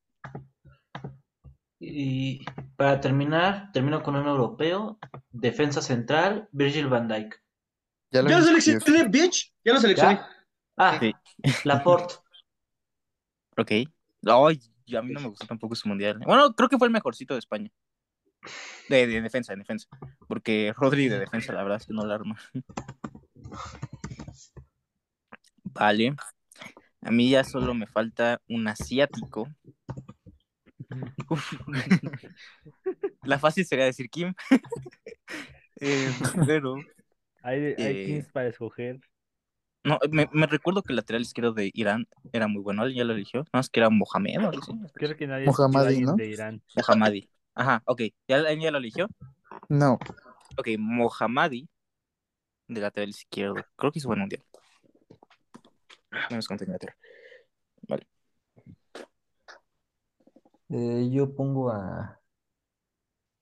D: Y para terminar, termino con un europeo, defensa central, Virgil van Dijk.
C: Ya lo
E: Ya lo
C: habíamos discutido.
E: seleccioné, bitch. Ya lo seleccioné.
D: ¿Ya? Ah,
B: Sí.
D: Laporte.
B: Ok. Ay, a mí no me gustó tampoco su mundial. Bueno, creo que fue el mejorcito de España. De, de defensa, de defensa. Porque Rodri de defensa, la verdad es que no la arma. Vale. A mí ya solo me falta un asiático. Uf. La fácil sería decir Kim. Eh, pero.
F: Hay, hay
B: Eh.
F: teams para escoger.
B: No, me me recuerdo que el lateral izquierdo de Irán era muy bueno. ¿Alguien ya lo eligió? No, es que era Mohamed o algo así.
F: Creo que nadie escogió a
C: Mohammadi,
F: alguien
C: ¿no?
F: de Irán.
B: Mohamadi. Ajá, ok. ¿Ya, ¿Alguien ya lo eligió?
C: No,
B: Ok, Mohamadi, de lateral izquierdo. Creo que hizo buen mundial. Menos contenido lateral.
G: Eh, yo pongo a...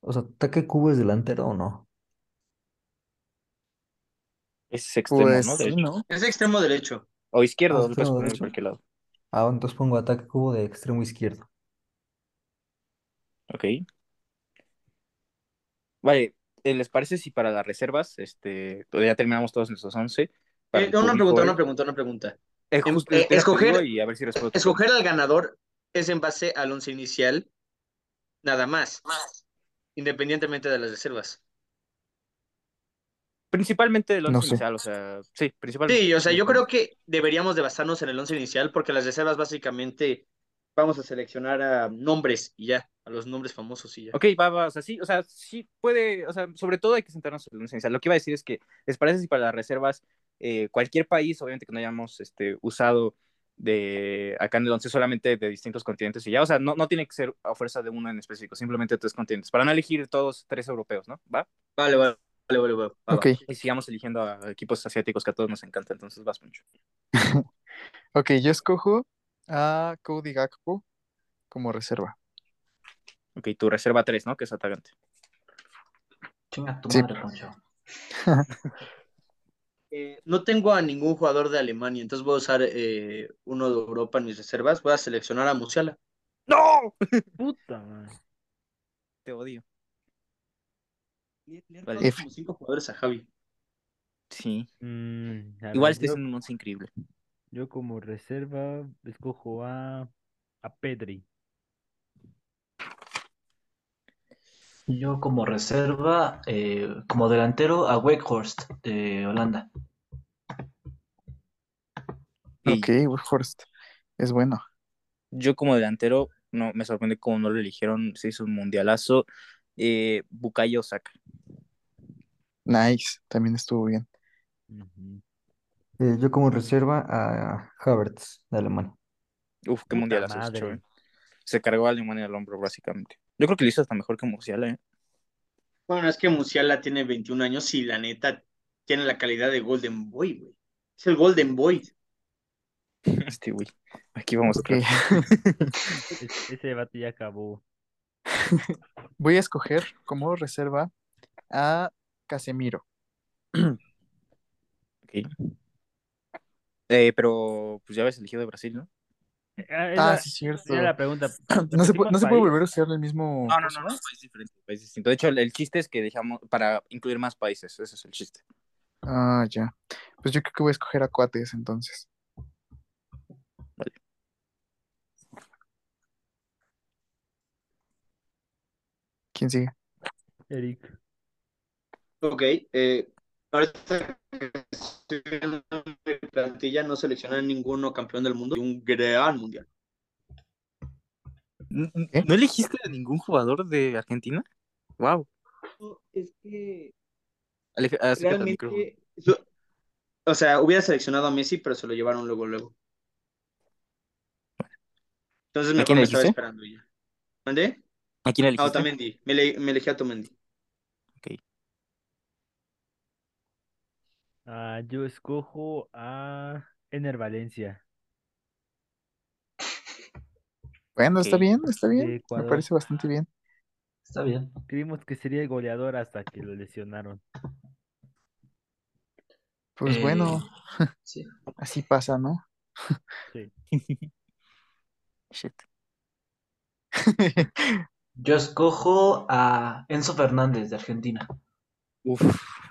G: O sea, ¿Take Kubo es delantero o no?
B: Es extremo,
C: pues
B: ¿no?
C: sí,
B: Derecho.
C: ¿no?
E: Es extremo derecho.
B: O izquierdo,
G: Ah,
B: lo puedes
G: extremo
B: poner en
G: derecho.
B: cualquier lado.
G: Ah, entonces pongo a Take Kubo de extremo izquierdo.
B: Ok. Vale, eh, ¿les parece si para las reservas, este, ya terminamos todos nuestros 11? Para
E: Eh,
B: el
E: no, una
B: público,
E: pregunta,
B: eh,
E: una pregunta, una pregunta.
B: eh, justo,
E: Eh,
B: espera, te
E: escoger-
B: digo y a ver si respondo tu
E: Escoger al ganador es en base al once inicial, nada más, independientemente de las reservas.
B: Principalmente del
C: No
B: once
C: sé.
B: inicial, o sea, sí, principalmente.
E: Sí, o sea, yo creo que deberíamos de basarnos en el once inicial porque las reservas básicamente vamos a seleccionar a nombres y ya, a los nombres famosos y ya.
B: Ok, va, va, o sea, sí, o sea, sí puede, o sea, sobre todo hay que sentarnos en la esencia. Lo que iba a decir es que, ¿les parece si para las reservas, eh, cualquier país, obviamente que no hayamos este, usado de acá en el 11 solamente de distintos continentes y ya, o sea, no, no tiene que ser a fuerza de uno en específico, simplemente tres continentes, para no elegir todos tres europeos, ¿no? ¿Va?
E: Vale, vale, vale, vale. vale, va, va.
C: Ok,
B: Y sigamos eligiendo a equipos asiáticos que a todos nos encanta, entonces vas, Poncho.
C: ok, yo escojo a Cody Gakpo como reserva.
B: Ok, tu reserva tres, ¿no? Que es atacante.
D: Chinga tu
C: Sí.
D: madre, Poncho.
E: Eh, no tengo a ningún jugador de Alemania, entonces voy a usar eh, uno de Europa en mis reservas. Voy a seleccionar a Musiala.
B: ¡No!
F: Puta madre.
B: Te odio.
E: Le le han
B: Vale.
E: robado como cinco jugadores a Javi.
B: Sí.
F: Mm, a
B: Igual este estoy
F: ver, yo,
B: en un 11 increíble.
F: yo como reserva escojo a, a Pedri.
D: Yo como reserva, eh, como delantero, a Wakehorst de Holanda.
B: Y-
C: Ok, Horst. Es bueno.
B: Yo como delantero, no, me sorprende cómo no lo eligieron, se hizo un mundialazo. Eh, Bukayo Saka.
C: Nice, también estuvo bien.
F: Ujú.
G: Eh, yo como reserva a Havertz de Alemania.
B: Uf, qué
F: Puta
B: mundialazo ese
F: madre.
B: chaval. Se cargó a Alemania al hombro, básicamente. Yo creo que lo hizo hasta mejor que Musiala, ¿eh?
E: Bueno, es que Musiala tiene 21 años y la neta tiene la calidad de Golden Boy, güey. Es el Golden Boy.
B: Este güey. Aquí vamos
C: Ok,
B: otra vez.
F: Es- ese debate ya acabó.
C: voy a escoger como reserva a Casemiro.
B: Ok. Eh, pero pues ya habías elegido de Brasil, ¿no?
F: Ah, es
C: Ah,
F: la-
C: sí, cierto.
F: era la pregunta.
C: No se, puede,
F: ¿Repetimos
C: no se puede
F: país?
C: volver a usar el mismo.
B: No, no, no, no. Es país diferente, país distinto. De hecho, el, el chiste es que dejamos para incluir más países. Ese es el chiste.
C: Ah, ya. Pues yo creo que voy a escoger a Cuates entonces. ¿Quién sigue?
F: Eric.
E: Ok, eh, ahorita que estoy viendo mi plantilla no seleccioné a ninguno campeón del mundo y un gran mundial.
C: ¿Eh?
B: ¿No elegiste a ningún jugador de Argentina? Wow.
E: Es que
B: Acércate al micrófono.
E: realmente, lo- O sea, hubiera seleccionado a Messi, pero se lo llevaron luego, luego. Entonces
B: ¿A
E: mejor
B: quién
E: me estaba
B: elegiste?
E: esperando ya. ¿Mandé?
B: ¿A quién
E: A
B: elegiste?
E: Otamendi. Me, le- me elegí a Otamendi.
F: Ah, yo escojo a Ener Valencia.
C: Bueno, está
B: Ok.
C: bien, está bien.
F: de
C: Me
F: Ecuador.
C: parece bastante bien.
D: Está bien.
F: Creímos que sería el goleador hasta que lo lesionaron.
C: Pues
D: Eh,
C: bueno,
D: sí.
C: así pasa, ¿no?
F: Sí.
B: Shit.
D: Yo escojo a Enzo Fernández de Argentina.
B: Uf.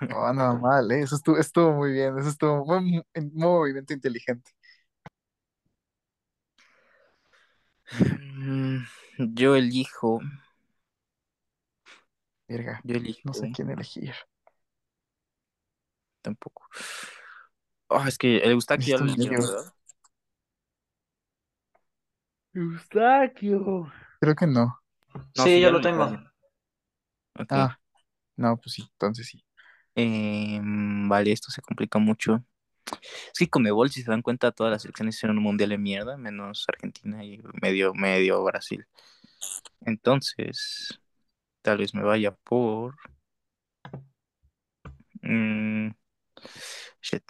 C: No, nada mal, ¿eh? Eso estuvo, estuvo muy bien. Eso estuvo fue un un movimiento inteligente.
B: Mm, Yo elijo.
C: Verga,
B: Yo elijo.
C: no sé quién elegir.
B: Tampoco. Ah, es que el Eustaquio ya lo
C: Necesito un
B: eligieron,
C: guión.
B: ¿verdad?
F: Eustaquio.
C: Creo que no.
B: No,
D: sí,
B: sí,
D: yo
B: ya
D: lo
B: lo
D: tengo. Mm,
B: eligieron. Ok.
C: Ah, no, pues sí, entonces sí.
B: Em, vale, esto se complica mucho. Es que Conmebol, si se dan cuenta, todas las selecciones hicieron un mundial de mierda, menos Argentina y medio, medio Brasil. Entonces, tal vez me vaya por. mm, shit.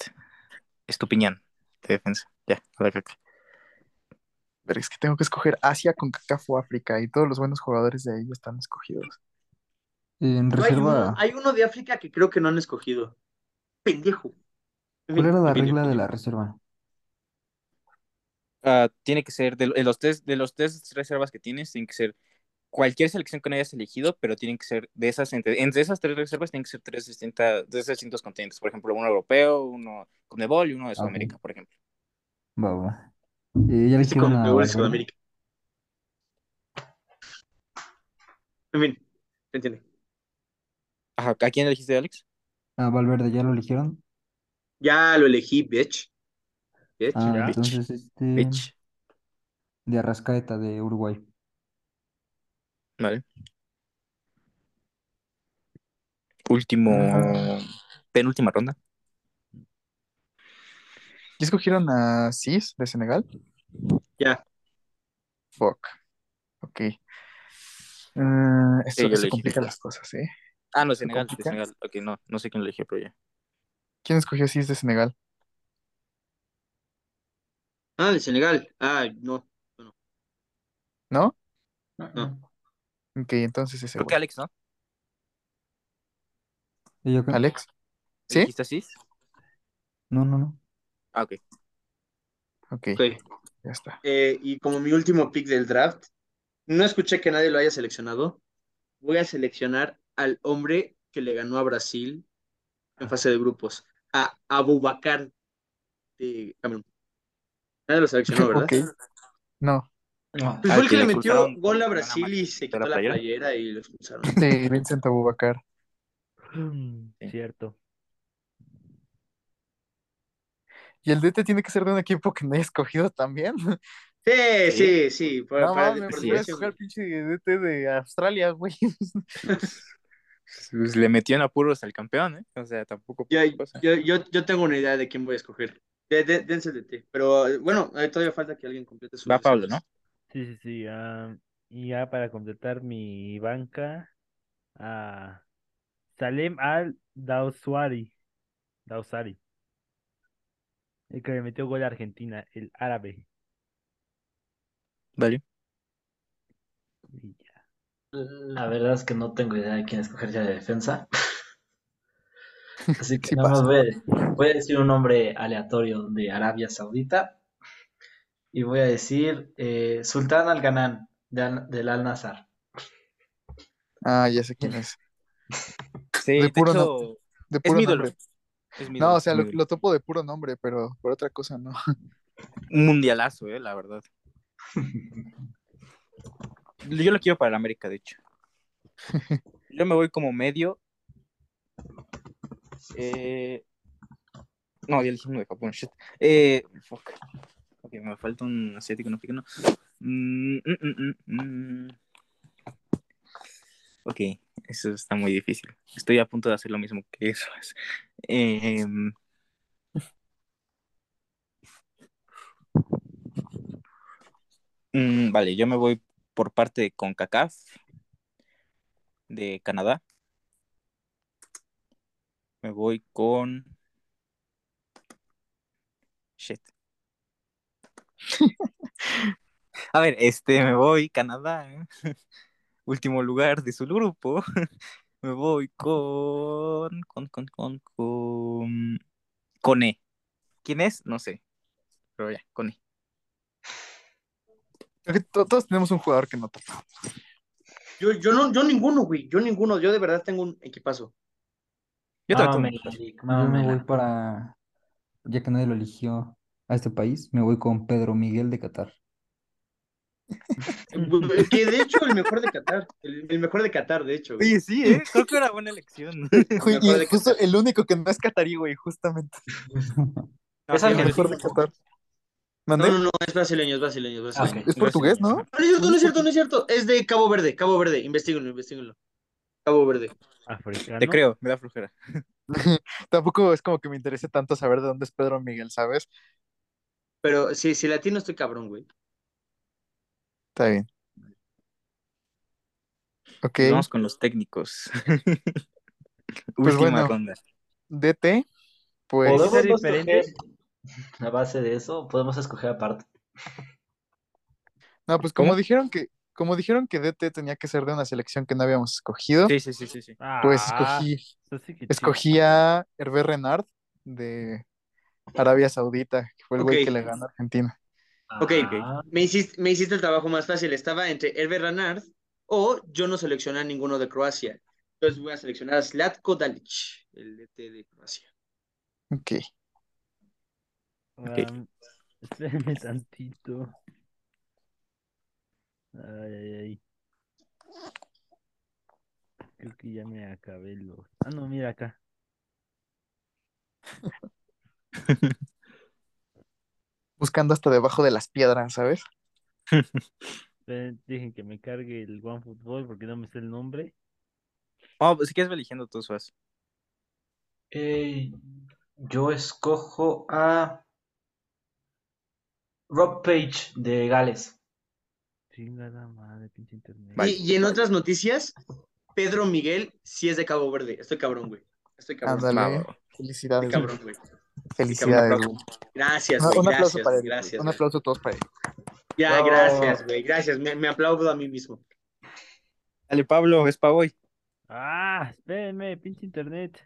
B: Estupiñán, de defensa. Ya, a la caca.
C: Pero es que tengo que escoger Asia con o África y todos los buenos jugadores de ahí están escogidos.
G: En
E: No, hay,
G: reserva,
E: uno, hay uno de África que creo que no han escogido. Pendejo. En
G: ¿cuál
E: fin,
G: era la
E: opinión,
G: regla de
E: opinión.
G: la reserva?
B: Ah, tiene que ser de, de los test, de los test reservas que tienes, tienen que ser cualquier selección que no hayas elegido, pero tienen que ser de esas entre, entre esas tres reservas tienen que ser tres distintas, tres distintos continentes. Por ejemplo, uno europeo, uno Conmebol y uno de
G: Ah, ok.
B: Sudamérica, por ejemplo.
G: Va, va. Eh, ya
E: Sí, con
G: eligieron a
E: Conmebol de
G: Valverde.
E: Sudamérica. En fin, se entiende.
B: Ajá, ¿a quién elegiste, Alex?
G: A Valverde ya lo eligieron.
E: Ya lo elegí, bitch. Bitch,
G: Ah,
B: Ya.
E: bitch.
G: entonces este
B: Bitch.
G: de Arrascaeta de Uruguay.
B: Vale. Último,
C: Mm,
B: penúltima ronda.
C: ¿Ya escogieron a Cis de Senegal?
E: Ya.
C: Fuck. Ok. Eh, esto,
B: Sí, yo
C: esto
B: elegí.
C: complica las cosas, ¿eh?
B: Ah, no,
C: ¿Se
B: Senegal, de
C: complica?
B: Senegal. Ok, no, no sé quién lo eligió, pero ya.
C: ¿Quién escogió Cis de Senegal?
E: Ah, de Senegal. Ah, no.
C: ¿No?
D: mm.
E: No.
C: Ok, entonces ese
B: Creo que
C: güey.
B: Alex, ¿no?
G: ¿Y Eh, yo qué?
C: ¿Alex? ¿Sí?
B: ¿Elegiste así?
G: No, no, no.
B: Ah, ok.
C: Ok,
E: Ok.
C: ya está.
E: Eh, y como mi último pick del draft, no escuché que nadie lo haya seleccionado. Voy a seleccionar al hombre que le ganó a Brasil en fase de grupos, a Abubakar de Camerún. Nadie lo seleccionó, ¿verdad?
C: Ok. No,
D: No. Ah,
E: Pues
B: Al
E: fue
B: que
E: el que le
B: le
E: metió
B: expulsaron
E: gol a
B: por
E: Brasil
B: una
E: y
B: de
E: se
B: la
E: quitó la
B: playera.
E: playera y lo expulsaron.
C: sí, Vincent Abubakar.
B: Sí.
F: Cierto.
C: ¿Y el DT tiene que ser de un equipo que no haya escogido también?
E: Sí,
B: Sí.
E: sí, sí, para,
C: No
E: para
C: mames,
B: así
C: voy a
B: es.
E: desperdicio,
C: escoger
E: güey.
C: pinche DT de Australia, güey.
B: Pues le metió en apuros al campeón, ¿eh? O sea, tampoco
E: Yo,
B: poca cosa.
E: yo, yo, yo tengo una idea de quién voy a escoger. De, de- dense de ti. Pero eh, bueno, eh, todavía falta que alguien complete sus
B: Va Pablo, ¿no?
E: reservas.
F: Sí, sí, sí. ah, y ya para completar mi banca, a Salem Al Dawsari. Dawsari. El que le metió gol a Argentina, el árabe.
B: Vale.
F: Y ya.
D: La verdad es que no tengo idea de quién escoger ya de defensa. Así que
C: Sí
D: nada más
C: pasa.
D: voy a, voy a decir un nombre aleatorio de Arabia Saudita y voy a decir eh, Sultán Al-Ghanan de Al- del Al-Nassr.
C: Ah, ya sé quién es.
B: Sí,
C: De
B: de
C: puro
B: hecho,
C: De
B: es
C: puro
B: mi ídolo.
C: nombre.
B: Es mi
C: No,
B: ídolo,
C: o sea,
B: es mi
C: lo,
B: ídolo.
C: lo topo de puro nombre, pero por otra cosa no.
B: Un mundialazo, ¿eh? La verdad. Yo lo quiero para el América, de hecho. Yo me voy como medio. eh, No, ya elegí uno de Japón, shit. Eh, fuck. Ok, me falta un asiático, no africano. Mm, mm, mm, mm, mm. Ok, eso Em, está muy difícil. Estoy a punto de hacer lo mismo que eso. Eh, Mm, vale, yo me voy por parte de CONCACAF de Canadá. Me voy con. Shit. A ver, este, me voy Canadá, ¿eh? último lugar de su grupo. Me voy con, con, con, con, con, con E. ¿Quién es? No sé. Pero ya, con E.
C: Creo que to- todos tenemos un jugador que no topa.
E: Yo, yo, no, yo ninguno, güey. Yo ninguno. Yo de verdad tengo un equipazo.
B: Yo también
D: Mámamela,
B: tengo un-
D: Eric,
G: Yo me voy
D: mámamela.
G: para, ya que nadie lo eligió a este país, me voy con Pedro Miguel de Qatar.
E: Güey, Que de hecho, el mejor de Qatar. El, el mejor de Qatar, de hecho. güey.
B: Oye, sí, ¿eh? Creo que era buena elección.
C: Güey,
E: mejor
C: y
E: de
C: justo
E: Qatar.
C: el único que no es catarí, güey, justamente.
B: No,
E: Es
B: sí,
C: El
E: argentino.
C: Ah, mejor
B: Brasil.
C: de Qatar.
E: No,
C: ¿Mandé?
E: no, no. Es brasileño, es brasileño, es
D: Ah,
E: brasileño.
D: ok.
C: Es portugués, ¿no?
B: Ajá.
E: No, no
C: ¿No
E: es cierto, no
C: es
E: es cierto, no es cierto. Es de Cabo Verde, Cabo Verde. Investíguenlo, investíguenlo. Cabo Verde.
B: Te
F: Africano.
B: creo, me da flojera.
C: Tampoco es como que me interese tanto saber de dónde es Pedro Miguel, ¿sabes?
E: Pero sí, si latino estoy cabrón, güey.
C: Está bien. Ok,
B: Nos Pues vamos con los técnicos.
C: Pues
B: Última
C: bueno.
B: ronda.
C: DT, pues
F: ¿Podemos
D: ¿Podemos
F: ser
D: no
F: diferentes?
D: escoger a base de eso? ¿Podemos escoger aparte?
C: no, pues como
B: ¿Cómo?
C: dijeron que como dijeron que DT tenía que ser de una selección que no habíamos escogido,
B: Sí, sí, sí, sí, sí.
C: pues
F: Ah,
C: escogí
F: eso sí que chido.
C: escogí a Hervé Renard de Arabia Saudita, que fue el güey
E: Ok.
C: que le ganó a Argentina.
E: Ok,
D: Ah,
E: me hiciste, me hiciste el trabajo más fácil. Estaba entre Hervé Renard o yo no seleccioné a ninguno de Croacia. Entonces voy a seleccionar a Zlatko Dalic, el DT de Croacia.
C: Ok.
B: Ok.
F: Am, espérame tantito. Ay, ay, ay. Creo que ya me acabé los. Ah, no, mira acá.
C: Buscando hasta debajo de las piedras, ¿sabes?
F: Esperen, Dejen que me cargue el OneFootball porque no me sé el nombre.
B: Oh, pues si quieres, ve eligiendo tú, Suaz.
D: eh, yo escojo a Rob Page de Gales.
F: Chingada madre, pinche internet.
B: Vale.
E: Y, y en otras noticias, Pedro Miguel sí es de Cabo Verde. Estoy cabrón, güey. Estoy cabrón.
C: Ándale.
B: Va, va, va.
E: Estoy
C: Felicidades, güey.
E: cabrón, güey.
C: Felicidades,
E: cabrón.
C: güey.
E: Gracias,
C: Un,
E: güey.
C: un aplauso
E: Gracias,
C: para él.
E: gracias.
C: Un
E: güey.
C: aplauso todos para él.
E: Ya,
D: Bravo.
E: gracias, güey. Gracias. Me, me aplaudo a mí mismo.
B: Dale, Pablo, es pa' hoy.
F: Ah, espérenme, pinche internet.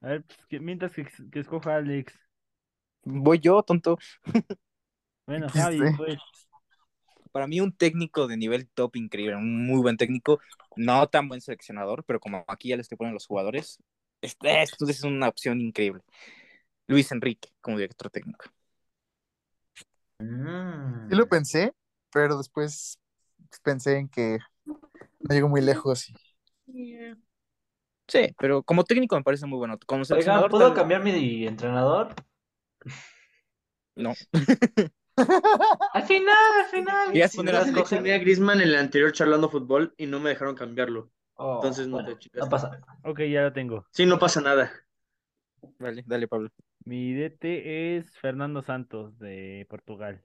F: A ver, pues, que, mientras que, ex- que escoja Alex.
B: Voy yo, tonto.
F: Bueno,
C: Aquí
F: Javi,
C: estoy.
F: pues.
B: Para mí, un técnico de nivel top increíble, un muy buen técnico, no tan buen seleccionador, pero como aquí ya le estoy poniendo los jugadores, este, esto es una opción increíble. Luis Enrique, como director técnico.
D: Mm.
C: Sí lo pensé, pero después pensé en que no llego muy lejos. y-
B: Sí, pero como técnico me parece muy bueno. Como
D: Oigan,
B: seleccionador,
D: ¿puedo
B: tal-
D: cambiar mi entrenador?
B: no.
D: Al final, al final.
B: Y así no
D: ¿Por qué
E: Yo
B: era
D: las cogen?
E: seleccioné a Griezmann en el anterior charlando fútbol y no me dejaron cambiarlo.
D: Oh,
E: Entonces no
D: bueno,
E: te
D: no
E: chingaste.
D: pasa nada.
F: Ok, ya lo tengo.
E: Sí, no pasa nada.
B: Vale, dale, Pablo.
F: Mi DT es Fernando Santos de Portugal.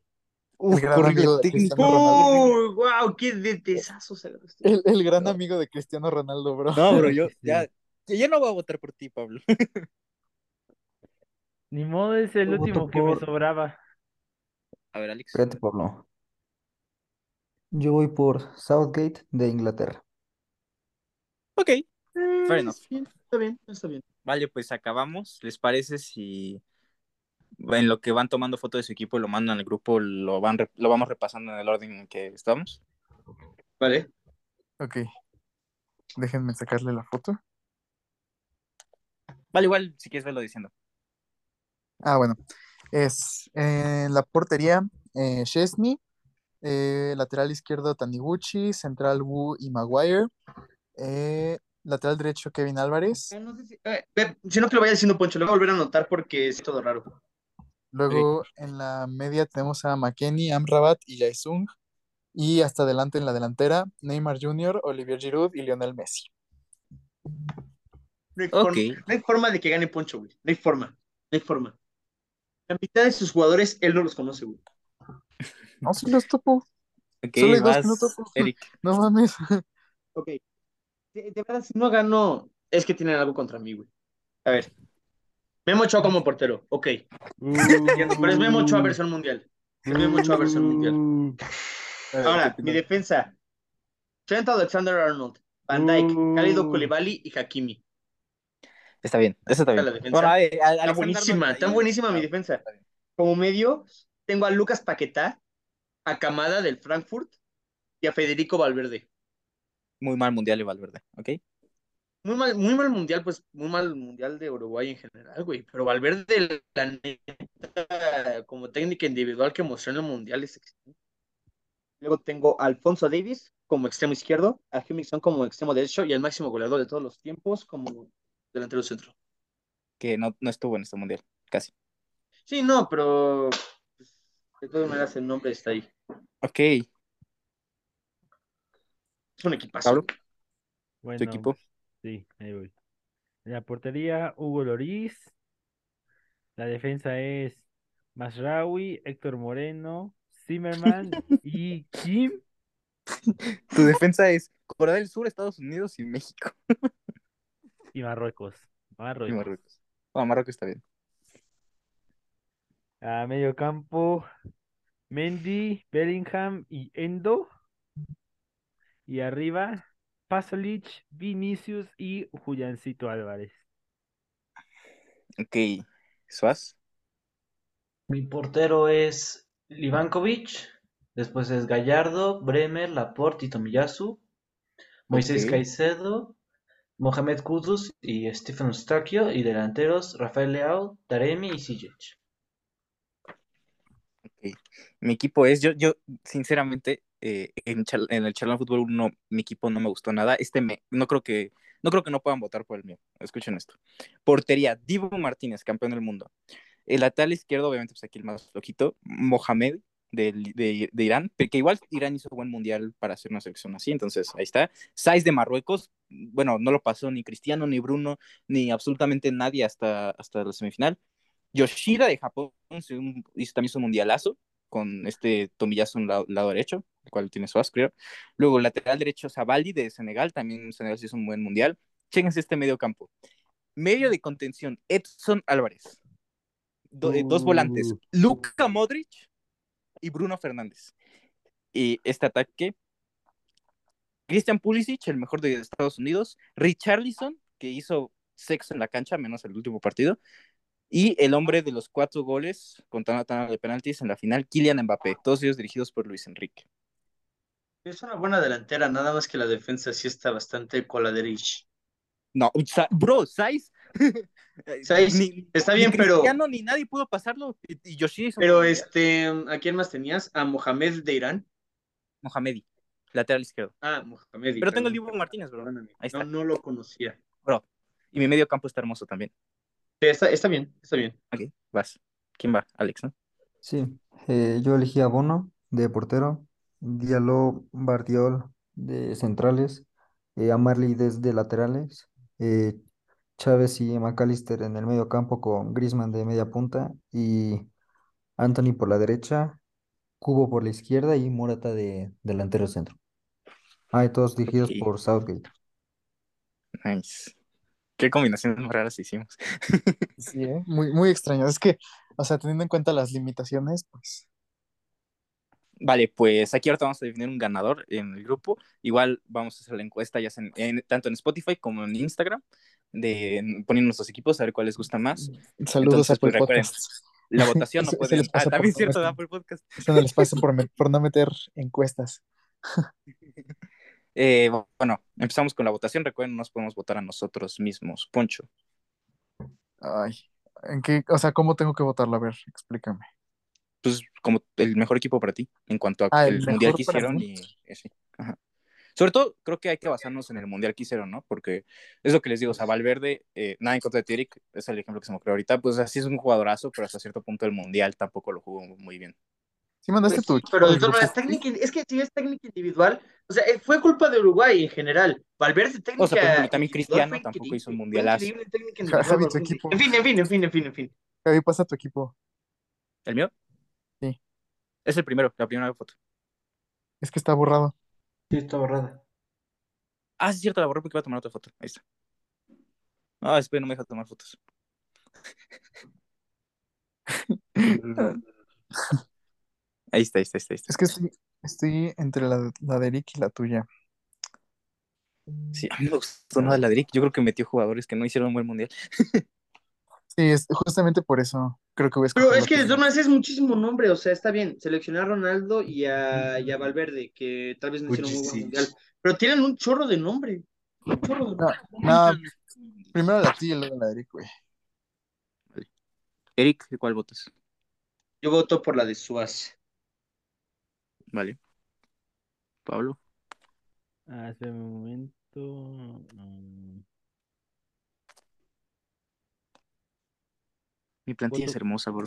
C: El
B: Uf,
C: gran
B: horrible
C: amigo de
B: técnico.
C: Cristiano Ronaldo.
E: ¡Oh! ¡Wow! ¡Qué detesazo se agarró este
C: El, el gran amigo de Cristiano Ronaldo, bro.
B: No, bro,
F: Claro
B: yo
F: que
B: ya,
F: sí.
B: ya no voy a votar por ti, Pablo.
F: Ni modo, es el
G: Yo voto
F: último que me
G: por...
F: sobraba.
B: A ver, Alex.
G: Espérate, Pablo. Yo voy por Southgate de Inglaterra.
B: Ok,
E: Eh,
B: fair enough.
E: sí, está bien, está bien.
B: Vale, pues acabamos. ¿Les parece si en lo que van tomando foto de su equipo y lo mandan al grupo, lo, van re- lo vamos repasando en el orden en que estamos?
E: Vale.
C: Ok, déjenme sacarle la foto.
B: Vale, igual, si quieres verlo diciendo.
C: Ah, bueno. Es eh, la portería eh, Chesney, eh, lateral izquierdo Taniguchi, central Wu y Maguire, eh, lateral derecho Kevin Álvarez,
E: Ah, no sé si, eh, ve, si no que lo vaya diciendo Poncho, lo voy a volver a anotar porque es todo raro.
B: Ok.
C: luego en la media tenemos a McKenny, Amrabat y Jaesung, y hasta adelante en la delantera Neymar Jr., Olivier Giroud y Lionel Messi.
E: No hay,
B: Ok,
E: forma, no hay forma de que gane Poncho, güey. No hay forma. No hay forma. La mitad de sus jugadores él no los conoce, güey.
C: No, si los topo.
B: Ok,
C: Solo hay dos
B: vas,
C: que no topo.
B: Eric.
C: No mames.
E: Ok. De, de verdad, si no ganó, es que tienen algo contra mí, güey. A ver. Memo Ochoa como portero. Ok. Entiendo, Pero es Memo Ochoa versión mundial. Es Memo Ochoa versión mundial. Ahora, mi defensa. Trent Alexander-Arnold, Van Dijk,
F: Uh.
E: Cálido Koulibaly y Hakimi.
B: Está bien, eso está
E: Está
B: bien.
E: la defensa.
B: Bueno, eh, a- Ah. Alexander
E: buenísima,
B: Arnold
E: está
B: ahí,
E: buenísima mi
B: está-
E: defensa.
B: está bien.
E: Como medio, tengo a Lucas Paquetá, a Camada del Frankfurt y a Federico Valverde.
B: Muy mal mundial y Valverde, ¿ok?
E: Muy mal, muy mal mundial, pues muy mal mundial de Uruguay en general, güey. Pero Valverde, la neta, como técnica individual que mostró en el mundial es excelente. Luego tengo a Alfonso Davis como extremo izquierdo, a Hemmingson como extremo derecho y al máximo goleador de todos los tiempos como delantero centro.
B: Que no, no estuvo en este mundial, casi.
E: Sí, no, pero pues, de todas maneras el nombre está ahí.
B: Ok,
E: Es un equipazo.
B: Pablo, tu
F: Bueno,
B: equipo.
F: sí, ahí voy. En la portería, Hugo Lloris. La defensa es Masraoui, Héctor Moreno, Zimmerman y Kim.
B: Tu defensa es Corea del Sur, Estados Unidos y México.
F: Y Marruecos.
B: Y
F: Marruecos.
B: Marruecos. Bueno, Marruecos está bien.
F: A medio campo, Mendy, Bellingham y Endo. Y arriba, Pasalic, Vinicius y Juliancito Álvarez.
B: Ok, Suaz.
D: Mi portero es Livankovic, después es Gallardo, Bremer, Laporte y Tomiyasu, Moisés
B: Ok.
D: Caicedo, Mohamed Kudus y Stephen Eustachio, y delanteros Rafael Leao, Taremi y Sijic.
B: Ok. Mi equipo es, yo, yo sinceramente, eh, en, Chal- en el Charlán Fútbol 1, mi equipo no me gustó nada. Este me, no creo que, no creo que no puedan votar por el mío. Escuchen esto. Portería, Divo Martínez, campeón del mundo. El lateral izquierdo, obviamente, pues aquí el más flojito, Mohamed del- de, de Irán, pero que igual Irán hizo buen mundial para hacer una selección así, entonces ahí está. Saiz de Marruecos, bueno, no lo pasó ni Cristiano, ni Bruno, ni absolutamente nadie hasta, hasta la semifinal. Yoshida de Japón hizo, un- hizo también su mundialazo con este tomillazo en el lado derecho, el cual tiene su as, creo. Luego, lateral derecho, Zabaldi de Senegal, también Senegal sí hizo un buen mundial. Chéquense este medio campo. Medio de contención, Edson Álvarez. Do- eh, dos volantes,
F: Uh.
B: Luka Modric y Bruno Fernández. Y este ataque, Christian Pulisic, el mejor de Estados Unidos, Richarlison, que hizo sexo en la cancha, menos el último partido, y el hombre de los cuatro goles con tanda tanda de penaltis en la final, Kylian Mbappé, todos ellos dirigidos por Luis Enrique.
E: Es una buena delantera, nada más que la defensa sí está bastante coladerich.
B: No, Sa- bro, Saiz.
E: Saiz,
B: Ni-
E: Está bien,
B: ni
E: pero,
B: Cristiano ni nadie pudo pasarlo. Y, y Yoshida hizo un
E: pero
B: mundial.
E: este, ¿a quién más tenías? A Mohamed de Irán.
B: Mohamedi, lateral izquierdo.
E: Ah, Mohamed.
B: Pero tengo el
E: perdón,
B: Dibu Martínez, bro.
E: perdóname.
B: Ahí
E: No,
B: está.
E: no lo conocía.
B: Bro. Y mi medio campo está hermoso también.
E: Sí, Está, está bien, está bien.
B: Ok, vas. ¿Quién va? Alex, ¿no?
G: Sí, eh, yo elegí a Bono de portero, Diallo Bardiol de centrales, eh, a Marley desde laterales, eh, Chávez y McAllister en el medio campo con Griezmann de media punta y Anthony por la derecha, Cubo por la izquierda y Morata de delantero centro. Ah, y todos dirigidos
B: Ok.
G: por Southgate.
B: Nice. Qué combinaciones más raras hicimos.
C: Sí, ¿eh? Muy, muy extraño. Es que, o sea, teniendo en cuenta las limitaciones, pues.
B: Vale, pues aquí ahorita vamos a definir un ganador en el grupo. Igual vamos a hacer la encuesta ya sea en, en- tanto en Spotify como en Instagram, de en- poniendo nuestros equipos a ver cuál les gusta más.
C: Saludos a
B: Entonces,
C: Apple
B: pues, recuerden.
C: Podcast.
B: La votación no
C: Eso- eso
B: puede.
C: les
B: Ah,
C: pasa por
B: también es cierto,
C: comer.
B: da por podcast.
C: Eso no les pasa por, me- por no meter encuestas.
B: Eh, bueno, empezamos con la votación. Recuerden, nos podemos votar a nosotros mismos. Poncho,
C: Ay. ¿En qué, o sea, ¿cómo tengo que votarlo? A ver, explícame.
B: pues como el mejor equipo para ti en cuanto a
C: Ah, el
B: el mundial
C: mejor
B: que
C: para
B: hicieron
C: mí.
B: y ese. Ajá. Sobre todo, creo que hay que basarnos en el mundial que hicieron, ¿no? Porque es lo que les digo, o sea, Valverde, eh, nada en contra de Tirik, es el ejemplo que se me ocurrió ahorita, pues así es un jugadorazo, pero hasta cierto punto el mundial tampoco lo jugó muy bien.
C: ¿Sí mandaste
E: Pues
C: tu
E: sí,
C: equipo
E: pero de
C: al
E: todas
C: grupo?
E: maneras, técnica, es que si es técnica individual, o sea, eh, fue culpa de Uruguay en general. Valverde,
B: O sea, por
E: técnica
B: ejemplo, también
E: individual fue
B: Cristiano tampoco hizo un
E: increíble. Fue
B: mundialazo.
E: increíble en técnica
C: Ja-
E: individual.
C: Javi, tu
E: Valverde.
C: equipo.
E: En fin, en fin, en fin, en fin, en fin.
C: Javi, pasa tu equipo.
B: ¿El mío?
C: Sí.
B: Es el primero, la primera foto.
C: Es que está borrado.
D: Sí, está borrada.
B: Ah, sí, es cierto, la borré porque iba a tomar otra foto. Ahí está. Ah, espera, no me deja tomar fotos. Ahí está, ahí está, ahí está. Ahí está.
C: Es que estoy, estoy entre la, la de Eric y la tuya.
B: Sí, a mí me gustó nada la de Eric. Yo creo que metió jugadores que no hicieron un buen mundial.
C: Sí, es justamente por eso creo que voy a escoger
E: Pero es
C: la
E: que de
C: tuya.
E: todas maneras es muchísimo nombre, o sea, está bien. Seleccionar a Ronaldo y a, y a Valverde, que tal vez no hicieron muy buen
A: Pulisic.
E: mundial. Pero tienen un chorro de nombre. Un chorro de nombre.
C: No, primero la tuya y luego la de Eric, güey.
B: Eric, ¿de cuál votas?
E: Yo voto por la de Suárez.
B: Vale. Pablo.
F: Ah, espérame un momento. Mm,
B: Mi plantilla
F: Voto-
B: es hermosa, bro.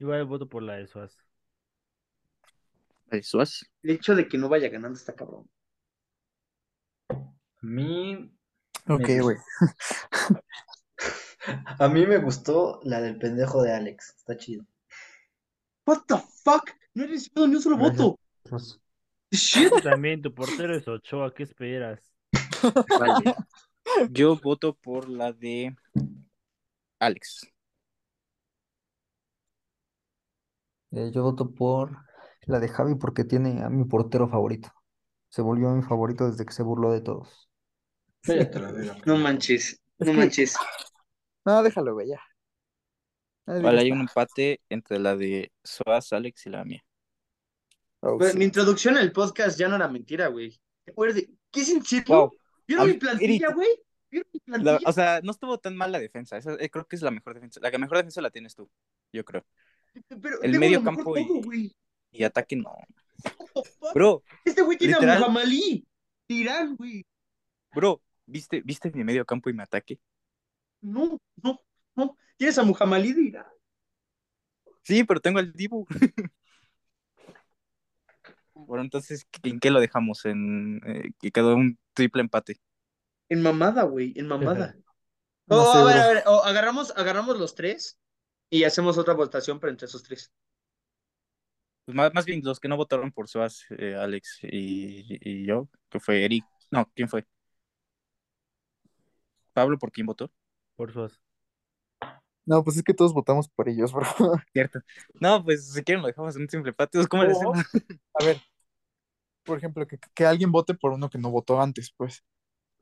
F: Igual voto por la de Suaz.
B: Vale, Suárez.
E: El hecho de que no vaya ganando está cabrón.
D: A mí,
C: Ok,
D: Me-
C: güey.
D: a mí me gustó la del pendejo de Alex. Está chido.
E: What the fuck? No he recibido ni un solo
G: Gracias.
E: voto.
G: Pues,
E: Shit.
F: Tú también, tu portero es Ochoa, ¿qué esperas?
B: Vale. Yo voto por la de Alex.
G: eh, yo voto por la de Javi porque tiene a mi portero favorito. Se volvió mi favorito desde que se burló de todos.
D: Cállate la verga,
E: No
D: pendejo.
E: manches,
C: Es
E: no
C: que-
E: manches.
C: No, déjalo, güey, ya. Ahí
B: Vale, hay
C: deja
B: un
C: estar.
B: empate entre la de Suárez, Alex y la mía.
C: Oh,
E: Güey,
C: sí.
E: Mi introducción al podcast ya no era mentira, güey. Recuerde, ¿Qué es en serio?
B: Wow.
E: ¿Vieron
B: A
E: mi
B: mí-
E: plantilla,
B: Eric.
E: güey? ¿Vieron mi
B: La-
E: plantilla?
B: o sea, no estuvo tan mal la defensa. Esa, eh, creo que es la mejor defensa. La que mejor defensa la tienes tú, yo creo.
E: Pero
B: el
E: tengo
B: medio
E: lo mejor
B: campo y-
E: todo, güey.
B: Y ataque no.
E: What the fuck?
B: Bro,
E: Este güey tiene
B: literal.
E: a Muhammad Ali. Tirán, güey.
B: bro, ¿viste, ¿viste mi medio campo y mi ataque?
E: No, no, no. Tienes a Muhammad Ali de Irán.
B: Sí, pero tengo el Dibu. Bueno, entonces, ¿en qué lo dejamos? En eh, que quedó un triple empate.
E: En mamada, güey, en mamada.
C: No
E: Oh,
C: sé,
E: a ver,
C: bro.
E: a ver, oh, agarramos, agarramos los tres y hacemos otra votación, pero entre esos tres.
B: Pues más, más bien los que no votaron por Suárez, eh, Alex y, y yo, que fue Eric. No, ¿quién fue? Pablo, ¿por quién votó?
F: Por Suaz.
C: No, pues es que todos votamos por ellos, bro.
B: Cierto. No, pues si quieren lo dejamos en un simple empate. ¿Cómo le
C: O,
B: hacemos?
C: a ver, por ejemplo, que, que alguien vote por uno que no votó antes, pues.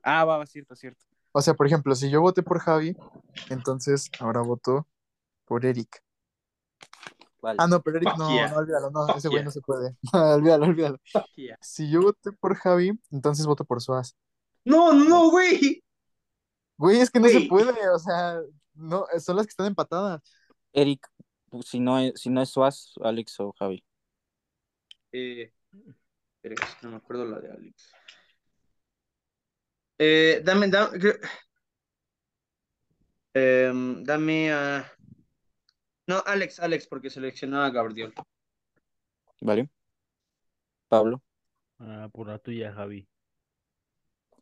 B: Ah, va, va, cierto, cierto.
C: O sea, por ejemplo, si yo voté por Javi, entonces ahora voto por Eric.
B: Vale.
C: Ah, no, pero Eric,
E: Fuck
C: no,
E: yeah.
C: no, olvídalo, no,
E: Fuck
C: ese güey
E: yeah.
C: no se puede. olvídalo, olvídalo.
E: Fuck yeah.
C: Si yo voté por Javi, entonces voto por Suaz.
E: No, no, güey.
C: Güey, es que no se
E: Güey.
C: puede, o sea, no, eh, son las que están empatadas.
B: Eric, pues, si no es, si no es Suárez, Alex o Javi.
E: Eh, pero es que no me acuerdo la de Alex. Eh, dame, dame. creo- Em, dame a. No, Alex, Alex, porque seleccionaba a Gabriel.
B: ¿Vale? Pablo.
F: Ah, por la tuya, Javi.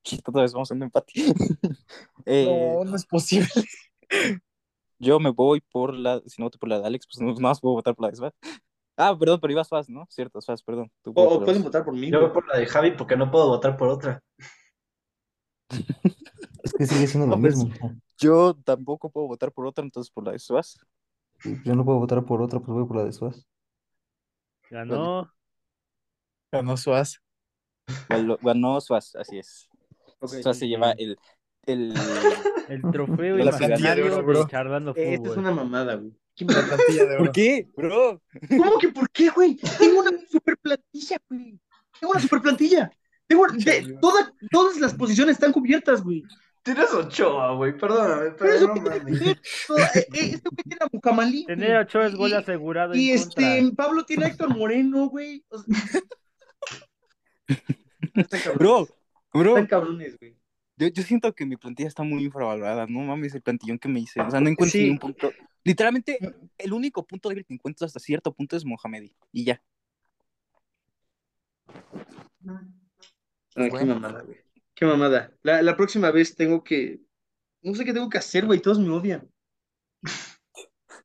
B: Chiste, otra vez vamos a un empate. Eh,
C: No, no es posible.
B: Yo me voy por la. Si no voto por la de Alex, pues no, no más puedo votar por la de Suárez. Ah, perdón, pero iba Suárez, ¿no? Cierto, Suárez, perdón. Tú
E: O,
B: votas
E: o
B: por
E: Oh, pueden
B: la-
E: votar por mí.
D: Yo voy
E: güey.
D: por la de Javi porque no puedo votar por otra.
G: Es que sigue siendo lo
B: No, pues,
G: mismo. ¿no?
B: Yo tampoco puedo votar por otra, entonces por la de Suárez.
G: Y pues yo no puedo votar por otra, pues voy por la de Suaz.
F: Ganó.
C: Ganó Suaz.
B: Ganó- Ganó Suárez, así es.
E: Ok.
B: Suárez se lleva el. el...
F: El trofeo
B: La
C: plantilla de oro,
F: imaginario
C: bro.
F: de Charlando
E: Eh, Esta es
F: Fútbol.
E: una mamada, güey. ¿Quién
C: La
E: va-
C: plantilla de oro.
B: ¿Por qué, bro?
E: ¿Cómo que por qué, güey? Tengo una super plantilla, güey. Tengo una super plantilla. Tengo de, toda- todas las posiciones están cubiertas, güey.
D: Tienes Ochoa, güey, perdóname,
E: Pero
D: pero
E: eso
D: no
E: qué tiene que
D: mames.
E: ver. Todo- eh, eh, Este güey tiene a Bucamalí, güey.
F: Tener a Ochoa es gol
E: Y-
F: asegurado
E: Y
F: en contra.
E: este, Pablo tiene a Héctor Moreno, güey. O sea, están
B: Bro,
E: cabrones.
B: bro.
E: Están cabrones, güey.
B: Yo, yo siento que mi plantilla está muy infravalorada, no mames el plantillón que me hice, o sea, no encuentro
E: Sí.
B: ni un punto. Literalmente,
C: Mm.
B: el único punto débil que encuentro hasta cierto punto es Mohamedi, y ya.
E: Ay, qué
C: Bueno.
E: mamada, güey. Qué mamada. La, la próxima vez tengo que. No sé qué tengo que hacer, güey. Todos me odian.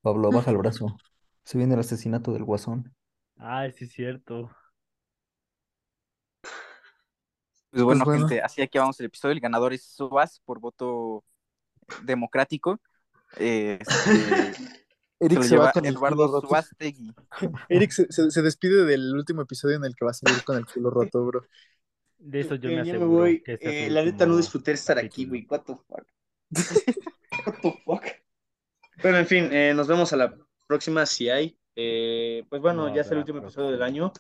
G: Pablo, baja el brazo. Se viene el asesinato del Guasón.
F: Ah, sí, es cierto.
B: Pues bueno,
C: bueno.
B: gente, así aquí vamos el episodio. El ganador es Subas por voto democrático. Eh, este, se
C: Eric
B: lo
C: se va
B: lleva
C: con el
B: Eduardo
C: culo roto.
B: Subastegui.
C: Eric se, se- se despide del último episodio en el que va a salir con el culo roto, bro.
F: De eso yo
E: Eh,
F: me
E: ya
F: aseguro
E: voy.
F: que este es
E: Eh,
F: su
E: la neta no
F: último
E: disfruté estar aquí,
F: capítulo.
E: güey. What the fuck. What the fuck. Bueno, en fin, eh, nos vemos a la próxima si hay. Eh, pues bueno,
F: No
E: ya es el
F: habrá
E: último episodio del
F: próxima.
E: año.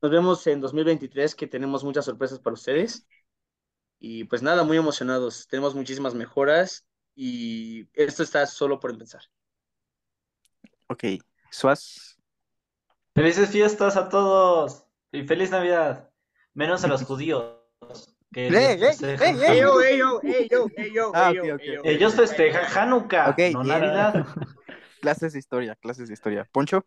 E: Nos vemos en 2023 que tenemos muchas sorpresas para ustedes. Y pues nada, muy emocionados. Tenemos muchísimas mejoras y esto está solo por empezar.
B: Ok, Suaz.
D: Felices fiestas a todos y feliz Navidad, menos a los judíos que ellos
B: Eh, eh,
D: festejan,
B: eh, eh,
D: Hanu-
E: ey, yo, ey, yo, ey, yo,
B: Ah,
E: ey,
B: ok,
E: yo,
B: ok,
E: ey, Eh, yo. este,
B: ok.
D: ellos festejan Hanukkah,
B: Ok,
D: no
B: yeah.
D: Navidad.
B: Clases de historia, clases de historia. Poncho,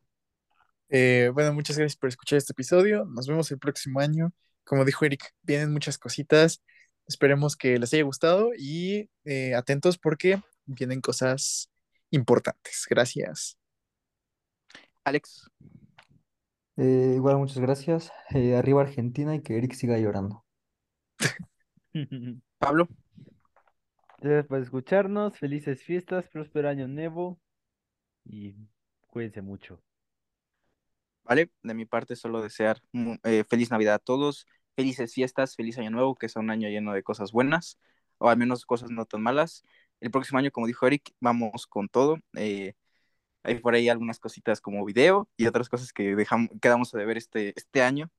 C: Eh, bueno, muchas gracias por escuchar este episodio. Nos vemos el próximo año. Como dijo Eric, vienen muchas cositas. Esperemos que les haya gustado y eh, atentos porque vienen cosas importantes. Gracias.
B: Alex.
G: Eh, igual, muchas gracias. Eh, arriba Argentina y que Eric siga llorando.
B: Pablo,
F: Gracias por escucharnos. Felices fiestas, próspero año nuevo y cuídense mucho.
B: ¿vale? De mi parte solo desear mm, eh, feliz Navidad a todos, felices fiestas, feliz año nuevo, que sea un año lleno de cosas buenas, o al menos cosas no tan malas. El próximo año, como dijo Eric, vamos con todo. Eh, hay por ahí algunas cositas como video y otras cosas que dejamos, quedamos de ver este, este año.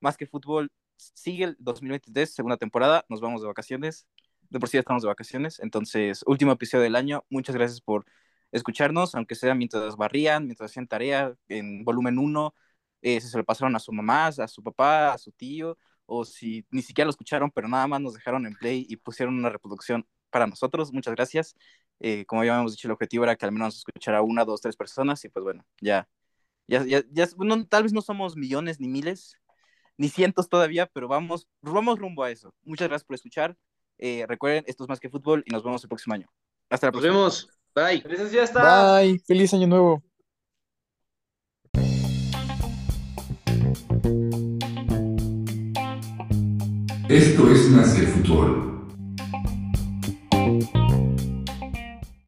B: Más que fútbol, sigue el 2023, segunda temporada, nos vamos de vacaciones. De por sí ya estamos de vacaciones, entonces, último episodio del año. Muchas gracias por escucharnos, aunque sea mientras barrían, mientras hacían tarea, en volumen 1, si se lo pasaron a su mamá, a su papá, a su tío, o si ni siquiera lo escucharon, pero nada más nos dejaron en play y pusieron una reproducción para nosotros. Muchas gracias eh, como ya hemos dicho, el objetivo era que al menos nos escuchara una, dos, tres personas, y pues bueno, ya, ya, ya, ya no- tal vez no somos millones ni miles, ni cientos todavía, pero vamos, vamos rumbo a eso. Muchas gracias por escuchar. Eh, recuerden, esto es más que fútbol y nos vemos el próximo año. Hasta la
E: Nos
B: próxima.
E: vemos. Bye.
D: Felices fiestas.
C: Bye. Feliz año nuevo.
A: Esto es Nace Futuro.